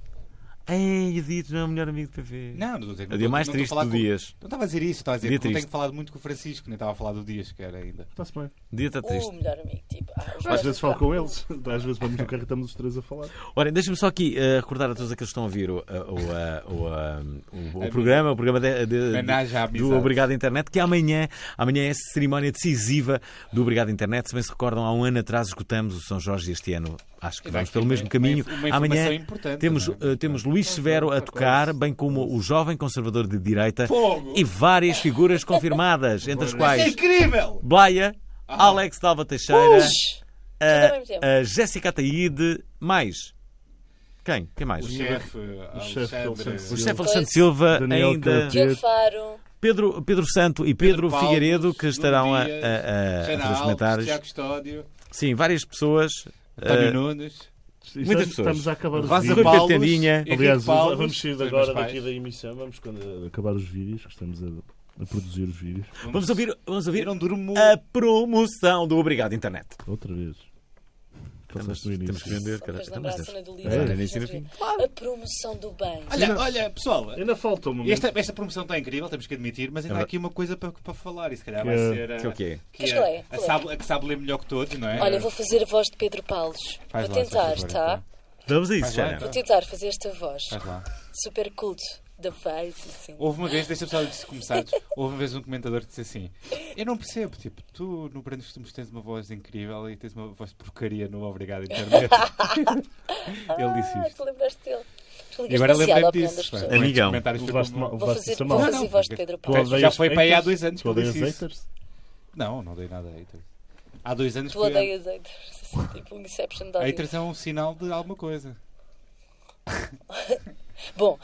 Ei, Edito não é o melhor amigo do PV.
Não, não estou
É o dia mais triste do Dias.
Não estava a dizer isso, estava a dizer
Dia
que eu tenho
triste.
falado muito com o Francisco, nem estava a falar do Dias, que era ainda.
Está-se bem.
Dia está
O
triste.
melhor amigo, tipo. ah, os
Às
meus-
vezes falo com eles. Às vezes vamos no carro e estamos os três a falar.
Ora, deixa-me só aqui eh, recordar a todos aqueles que estão a ouvir o, eh, o, eh, o, eh, o- o programa, o programa de- de-
É Homenagem à
do
amizade.
Obrigado Internet, que amanhã, amanhã é a cerimónia decisiva do Obrigado Internet. Se bem se recordam, há um ano atrás escutamos o São Jorge e este ano Acho que
vai
vamos pelo
ser
mesmo
uma-
caminho.
uma informação
Amanhã
importante,
temos,
não é?
eh, temos Luís Severo a tocar, bem como o jovem conservador de direita
Fogo!
e várias figuras confirmadas, entre as
Isso é
quais
incrível!
Blaia,
Ah.
Alex Dalva Teixeira,
Puxa! Tudo ao mesmo tempo.
a, a Jéssica Ataíde, mais. Quem? Quem mais?
O chefe, Alexandre.
O chefe Alexandre Silva,
Daniel
ainda
Diogo Faro.
Pedro, Pedro Santo e Pedro,
Paulo,
Figueiredo que estarão a, a-
Nuno
a- a
Dias,
fazer os
Jana Alves,
comentários.
Tiago Custódio,
Sim, várias pessoas.
António
Eh,
Nunes,
é,
Muitas pessoas.
Estamos a acabar os
Rosa
vídeos.
Paulo,
Tendinha.
Henrique
Aliás,
Paulo,
vamos sair
são os
agora
meus pais.
daqui da emissão, vamos quando acabar os vídeos, que estamos a, a produzir os vídeos.
Vamos ouvir, vamos ouvir
Eu não durmo.
a promoção do Obrigado Internet.
Outra vez.
Temos,
Calçaste no início.
temos que vender,
Só me
caralho.
um
fez
Então,
lembrar
mas deixa.
a cena do
É,
livro.
no início e no fim.
A promoção do bem.
assim. Olha, olha, pessoal. eh,
Ainda falta um momento.
Esta, esta promoção está incrível, temos que admitir, mas ainda há aqui uma coisa para, para falar e se calhar
É
vai
Que é-
ser a,
Que é o quê?
que
Pois
a-
é,
a
é.
sabe- a que sabe ler melhor que todos, não é?
Olha, vou fazer a voz de Pedro Paulos.
Faz
vou
lá, se
tentar,
faz favor,
tá?
então.
Vamos a isso,
Vai lá.
Jana.
Vou tentar fazer esta voz.
Faz lá. Oh,
Super culto. Da voz, assim.
Houve uma vez, deixa-me só antes de começar, houve uma vez um comentador que disse assim: Eu não percebo, tipo, tu no Brandos Costumes tens uma voz incrível e tens uma voz de porcaria no Obrigado Internet. Ele disse
Ah,
isto.
tu lembraste dele. Tu
E
ligaste
agora
a ciada à
lembrei-me
opinião
disso.
das
pá.
pessoas.
Estes
Amigão.
comentários
Tu
foi
levaste
bom.
mal-
Vou
levaste
fazer,
isso a
vou
mal.
Não,
fazer
não,
voz de Pedro
Tu
Paulo.
odeias
Já foi para aí há
haters?
dois anos
Tu
que eu
odeias
disse isso.
haters?
Não, não dei nada a haters. Há dois anos
Tu
foi-
odeias haters. assim, Tipo um Inception de ódio.
Haters é um sinal de alguma coisa.
Bom,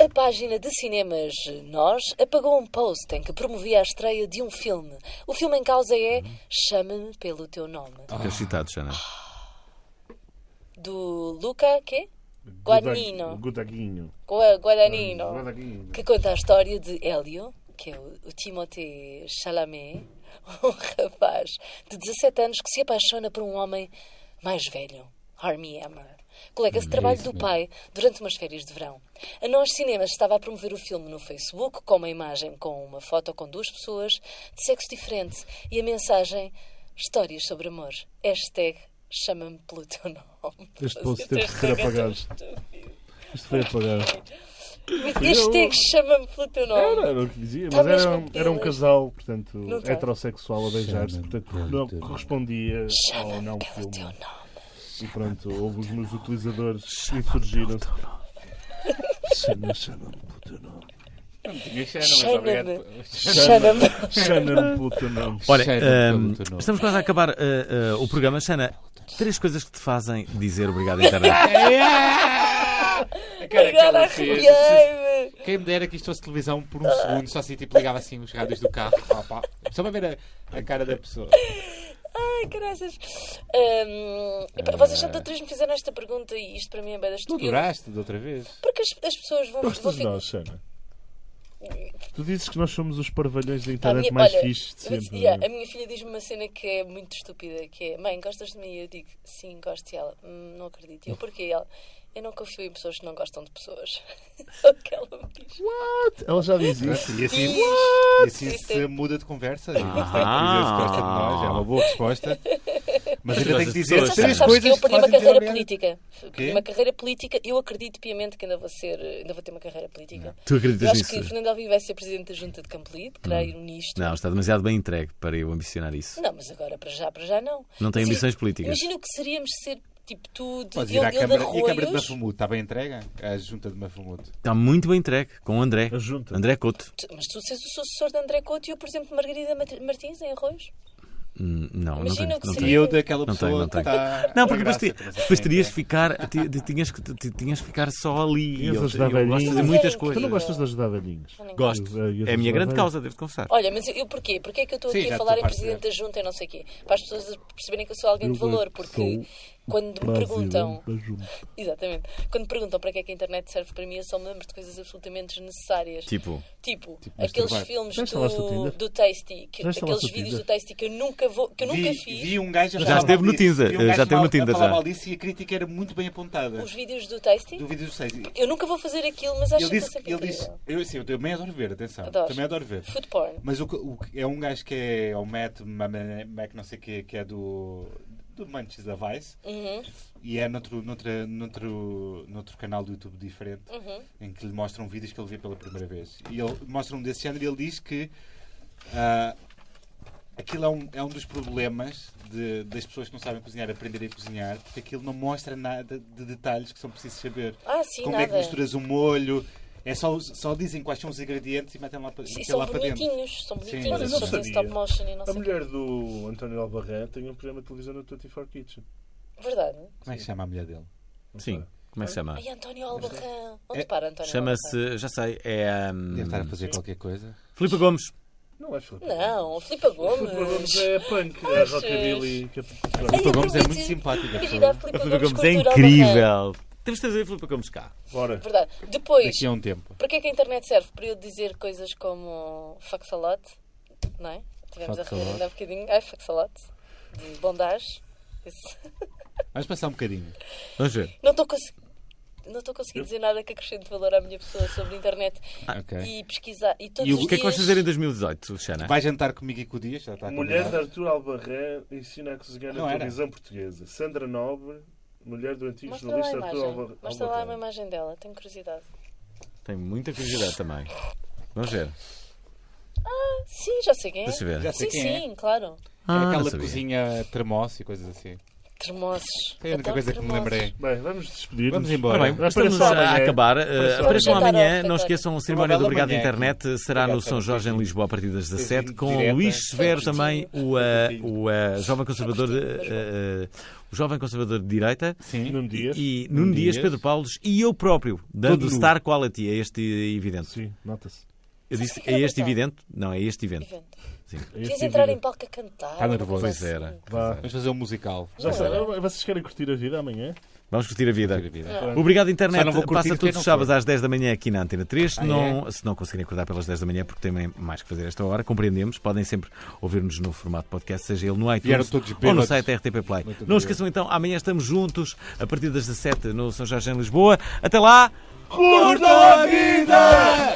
a página de cinemas Nós apagou um post em que promovia a estreia de um filme. O filme em causa é
Uhum.
Chama-me pelo teu nome.
Ah.
Ficas citado, Jana.
Do Luca, quê? Guadagnino.
Gudaguinho.
Gua- Guadagnino.
Guadagnino.
que conta a história de Hélio, que é o, o Timothée Chalamet, um rapaz de 17 anos que se apaixona por um homem mais velho, Armie Hammer. Colega de trabalho do pai durante umas férias de verão. A Nós Cinemas estava a promover o filme no Facebook com uma imagem com uma foto com duas pessoas de sexo diferente e a mensagem Histórias sobre amor. Hashtag chama-me pelo teu nome.
Este post teve que ser
Hashtag é tão
apagado.
estúpido.
Isto foi apagado.
Hashtag chama-me pelo teu nome.
Era, era o que dizia,
Tá
mas era,
mesmo
um-
pelas.
era um casal, portanto,
Não tá.
heterossexual a beijar-se, portanto, não correspondia ao
Chama-me
Oh, não
pelo é teu
filme.
nome.
E pronto, houve os meus utilizadores insurgiram-se. Chama, chama-me pelo teu nome.
Chama-me. Chama-me.
Chama-me pelo teu nome.
Olha,
Cheira
ahm,
pelo teu nome.
estamos quase a acabar ah, ah, o programa. Jana, três coisas que te fazem dizer obrigado, internet.
Agora arrepiei-me.
Quem me dera que isto fosse televisão por um segundo, só assim tipo ligava assim os rádios do carro, pá, pá, só para ver a, a cara da pessoa.
Ai, caraças. Hum, epá, vocês são todos três me fizeram esta pergunta e isto para mim é bem da
Tu
estúpida.
duraste de outra vez?
Porque as, as pessoas vão, vão
Gostas de
ficar.
nós, Xana? Tu dizes que nós somos os parvalhões da
Pá,
internet mais
Tá, olha,
fixes de
eu vou
sempre.
dizer,
não é?
a minha filha diz-me uma cena que é muito estúpida, que é mãe, gostas de mim? E eu digo, sim, gosto e ela, "Hum, não acredito. E eu porquê? E ela, eu não confio em pessoas que não gostam de pessoas. É o que ela me diz.
Ela já diz isso.
E assim, e assim se muda de conversa. E gosta
Ah.
gosta de nós, é uma boa resposta. Mas ainda tenho que dizer
Mas
três
Sabes
coisas
que eu perdi
fazem
uma
dizer
carreira
obrigado.
política. Perdi
Quê?
uma carreira política. Eu acredito piamente que ainda vou ser, ainda vou ter uma carreira política.
Tu
Eu
acreditas
acho que
nisso? Hum.
Fernando Alvim vai ser presidente da Junta de Campolide, creio nisto.
Não, está demasiado bem entregue para eu ambicionar isso.
Não, mas agora para já, para já não.
Não tem
Sim,
ambições políticas.
Imagina o que seríamos ser tipo tu, de,
Podes
eu,
ir à
eu
Câmara,
de
e a Câmara de
Arroios.
Mafumuto, está bem entrega? A junta de Mafumuto.
Está Tá muito bem entregue com o André.
A junta.
André Couto.
Tu- Mas tu és o sucessor de André Couto e eu, por exemplo, de Margarida Mat- Martins em Arroios.
Hum, Não, não
Imagina
tem.
o que
Não,
seria.
E
tem.
eu daquela
Não
pessoa
tenho, não tenho.
que está...
não porque
na
depois, ti-
graça,
depois terias de ficar, ti- ti- tinhas que, ti- tinhas de ficar só ali.
Tinhas
Eu,
de ajudar
eu gosto de fazer
velhinhos.
muitas
Tu não
Tu
coisas.
não gostas de ajudar velhinhos?
Gosto.
Eu- eu- eu-
É a minha
eu-
grande
eu-
causa, devo confessar.
Olha, mas eu porquê? Porquê é que eu estou
Sim,
aqui
já
a
estou
falar em
farto
presidente
de-
da junta e não sei o quê? Para as pessoas perceberem que eu sou alguém de
eu- eu-
valor,
sou
porque
o
quando me
presidente
perguntam.
da junta.
Exatamente. Quando me perguntam para que é que a internet serve para mim, eu só me lembro de coisas absolutamente desnecessárias.
Tipo,
Tipo,
Tipo,
aqueles
masturbar.
filmes
Já instalaste o
do,
Tinder?
do Tasty, que-
Já
aqueles
instalaste o
vídeos
Tinder?
do Tasty que eu nunca, vou, que eu nunca
vi,
fiz.
vi um gajo a
Já
falar
esteve no
mal disso.
Tinder,
Vi um gajo
já esteve no
mal-
Tinder,
a falar
já.
mal disso e a crítica era muito bem apontada.
Os vídeos do Tasty.
Do vídeo do 6. Ele
Eu nunca vou fazer aquilo, mas acho que
disse,
está sempre
ele disse,
incrível.
eu, sim, eu também adoro ver, atenção.
Adoro.
Também adoro ver.
Food porn.
Mas o, que- o que- é um gajo que é é o Matt Mac, Mac não sei o que, que é do, do Manchester Vice
Uhum.
e é noutro, noutra, noutro, noutro canal do YouTube diferente
Uhum.
em que lhe mostram vídeos que ele vê pela primeira vez. E ele mostra um desse género e ele diz que ah, Aquilo é um, é um dos problemas de- das pessoas que não sabem cozinhar, aprender a cozinhar, porque aquilo não mostra nada de detalhes que são precisos saber.
Ah, sim,
Como é que
nada.
misturas o molho? É só, os- só dizem quais são os ingredientes e metem lá, pa-
E
metem
são
lá para dentro.
bonitinhos, são
Sim.
bonitinhos,
Olha,
são
não
feitos em
sabia.
stop motion e não
A
sei o quê.
mulher do António Albarré tem um programa de televisão no 24 Kitchen.
Verdade.
Como é que se chama a mulher dele?
Sim, como é que se chama?
Ai, António Albarrão. Onde para, António Albarrão?
Chama-se, já sei, é. Um...
Deve estar a fazer qualquer coisa.
Filipe Gomes.
Não é Filipe.
Não, Filipe
Filipe Gomes
Gomes.
é punk, é rockabilly. que é-
Ai, eu
Gomes é
prometi-
muito simpática,
Querida, a
A
Filipe
Filipe Gomes é
cultura Albarrão.
incrível. Temos de trazer a Filipe Gomes cá.
Bora.
Verdade. Depois,
Daqui a um tempo.
para que é que a internet serve? Para eu dizer coisas como fucks a lot, não é? Tivemos a
Fucks a
rir
lot.
ainda há bocadinho. Ai, fucks a lot. De bondage. Esse-
Vamos passar um bocadinho.
Vamos ver.
Não estou conseguindo. Não estou conseguindo dizer nada que acrescente valor à minha pessoa sobre a internet
Ok.
e pesquisar. E todos
E o
os
O que é que vais
dias-
fazer em 2018, Luciana?
Vai jantar comigo e com o Dias? Já está
Mulher de
combinado.
Artur Albarré ensina a cozinhar
Não
na
era.
televisão portuguesa. Sandra Nobre, mulher do antigo
Mostra lá a
jornalista Artur
imagem.
Albar-
Mostra lá uma
Albarré.
imagem dela, tenho curiosidade.
Tenho muita curiosidade também. Vamos ver.
Sim, já sei quem é.
Deixa eu ver.
Já sei
Sim,
quem é.
sim, claro.
Ah,
Era
não
aquela
sabia.
cozinha termos e coisas assim.
Termossos.
Foi a única
Adoro
coisa que me
termossos.
lembrei.
Bem, vamos despedir-nos.
Vamos embora.
Ora bem,
Apareçam
estamos a
amanhã.
acabar.
Apareçam
Uh, Apareçam
amanhã.
amanhã.
Jantar,
Não
jantar.
esqueçam a cerimónia do
Uma bela
Obrigado da
manhã aqui.
Internet. Será no
Obrigado,
São Jorge, em Lisboa, a partir das 17, com
Direta.
Luís Severo
Sim,
também,
sim.
o, uh, o uh, jovem conservador de, uh, o jovem conservador de direita.
Sim.
Nuno Dias.
E Nuno Dias, Pedro Paulos e eu próprio, dando
nu.
star quality a este evidente.
Sim, nota-se.
Eu
Sabe
disse
o que é
a
que
este
eu pensava?
evidente? Não, é este evento.
Evento.
É
Quis
este
entrar em
vídeo.
palco a cantar.
Está
uma
Tá nervoso.
coisa
Pois era.
assim.
Vá.
Vamos fazer um musical.
Já
é.
sabem, vocês querem curtir a vida amanhã?
Vamos curtir a vida.
Querida vida.
Obrigado, internet.
Só não vou curtir
Passa
quem
todos
não
os sábados
for.
às 10 da manhã aqui na Antena 3.
Ah,
não, Se não conseguirem acordar pelas 10 da manhã, porque têm mais que fazer esta hora, compreendemos. Podem sempre ouvir-nos no formato podcast, seja ele no
Vieram
iTunes
todos
ou no
bêbados.
site RTP Play.
Muito
Não
obrigado.
esqueçam então, amanhã estamos juntos a partir das 17 no São Jorge em Lisboa. Até lá!
Curta a vida!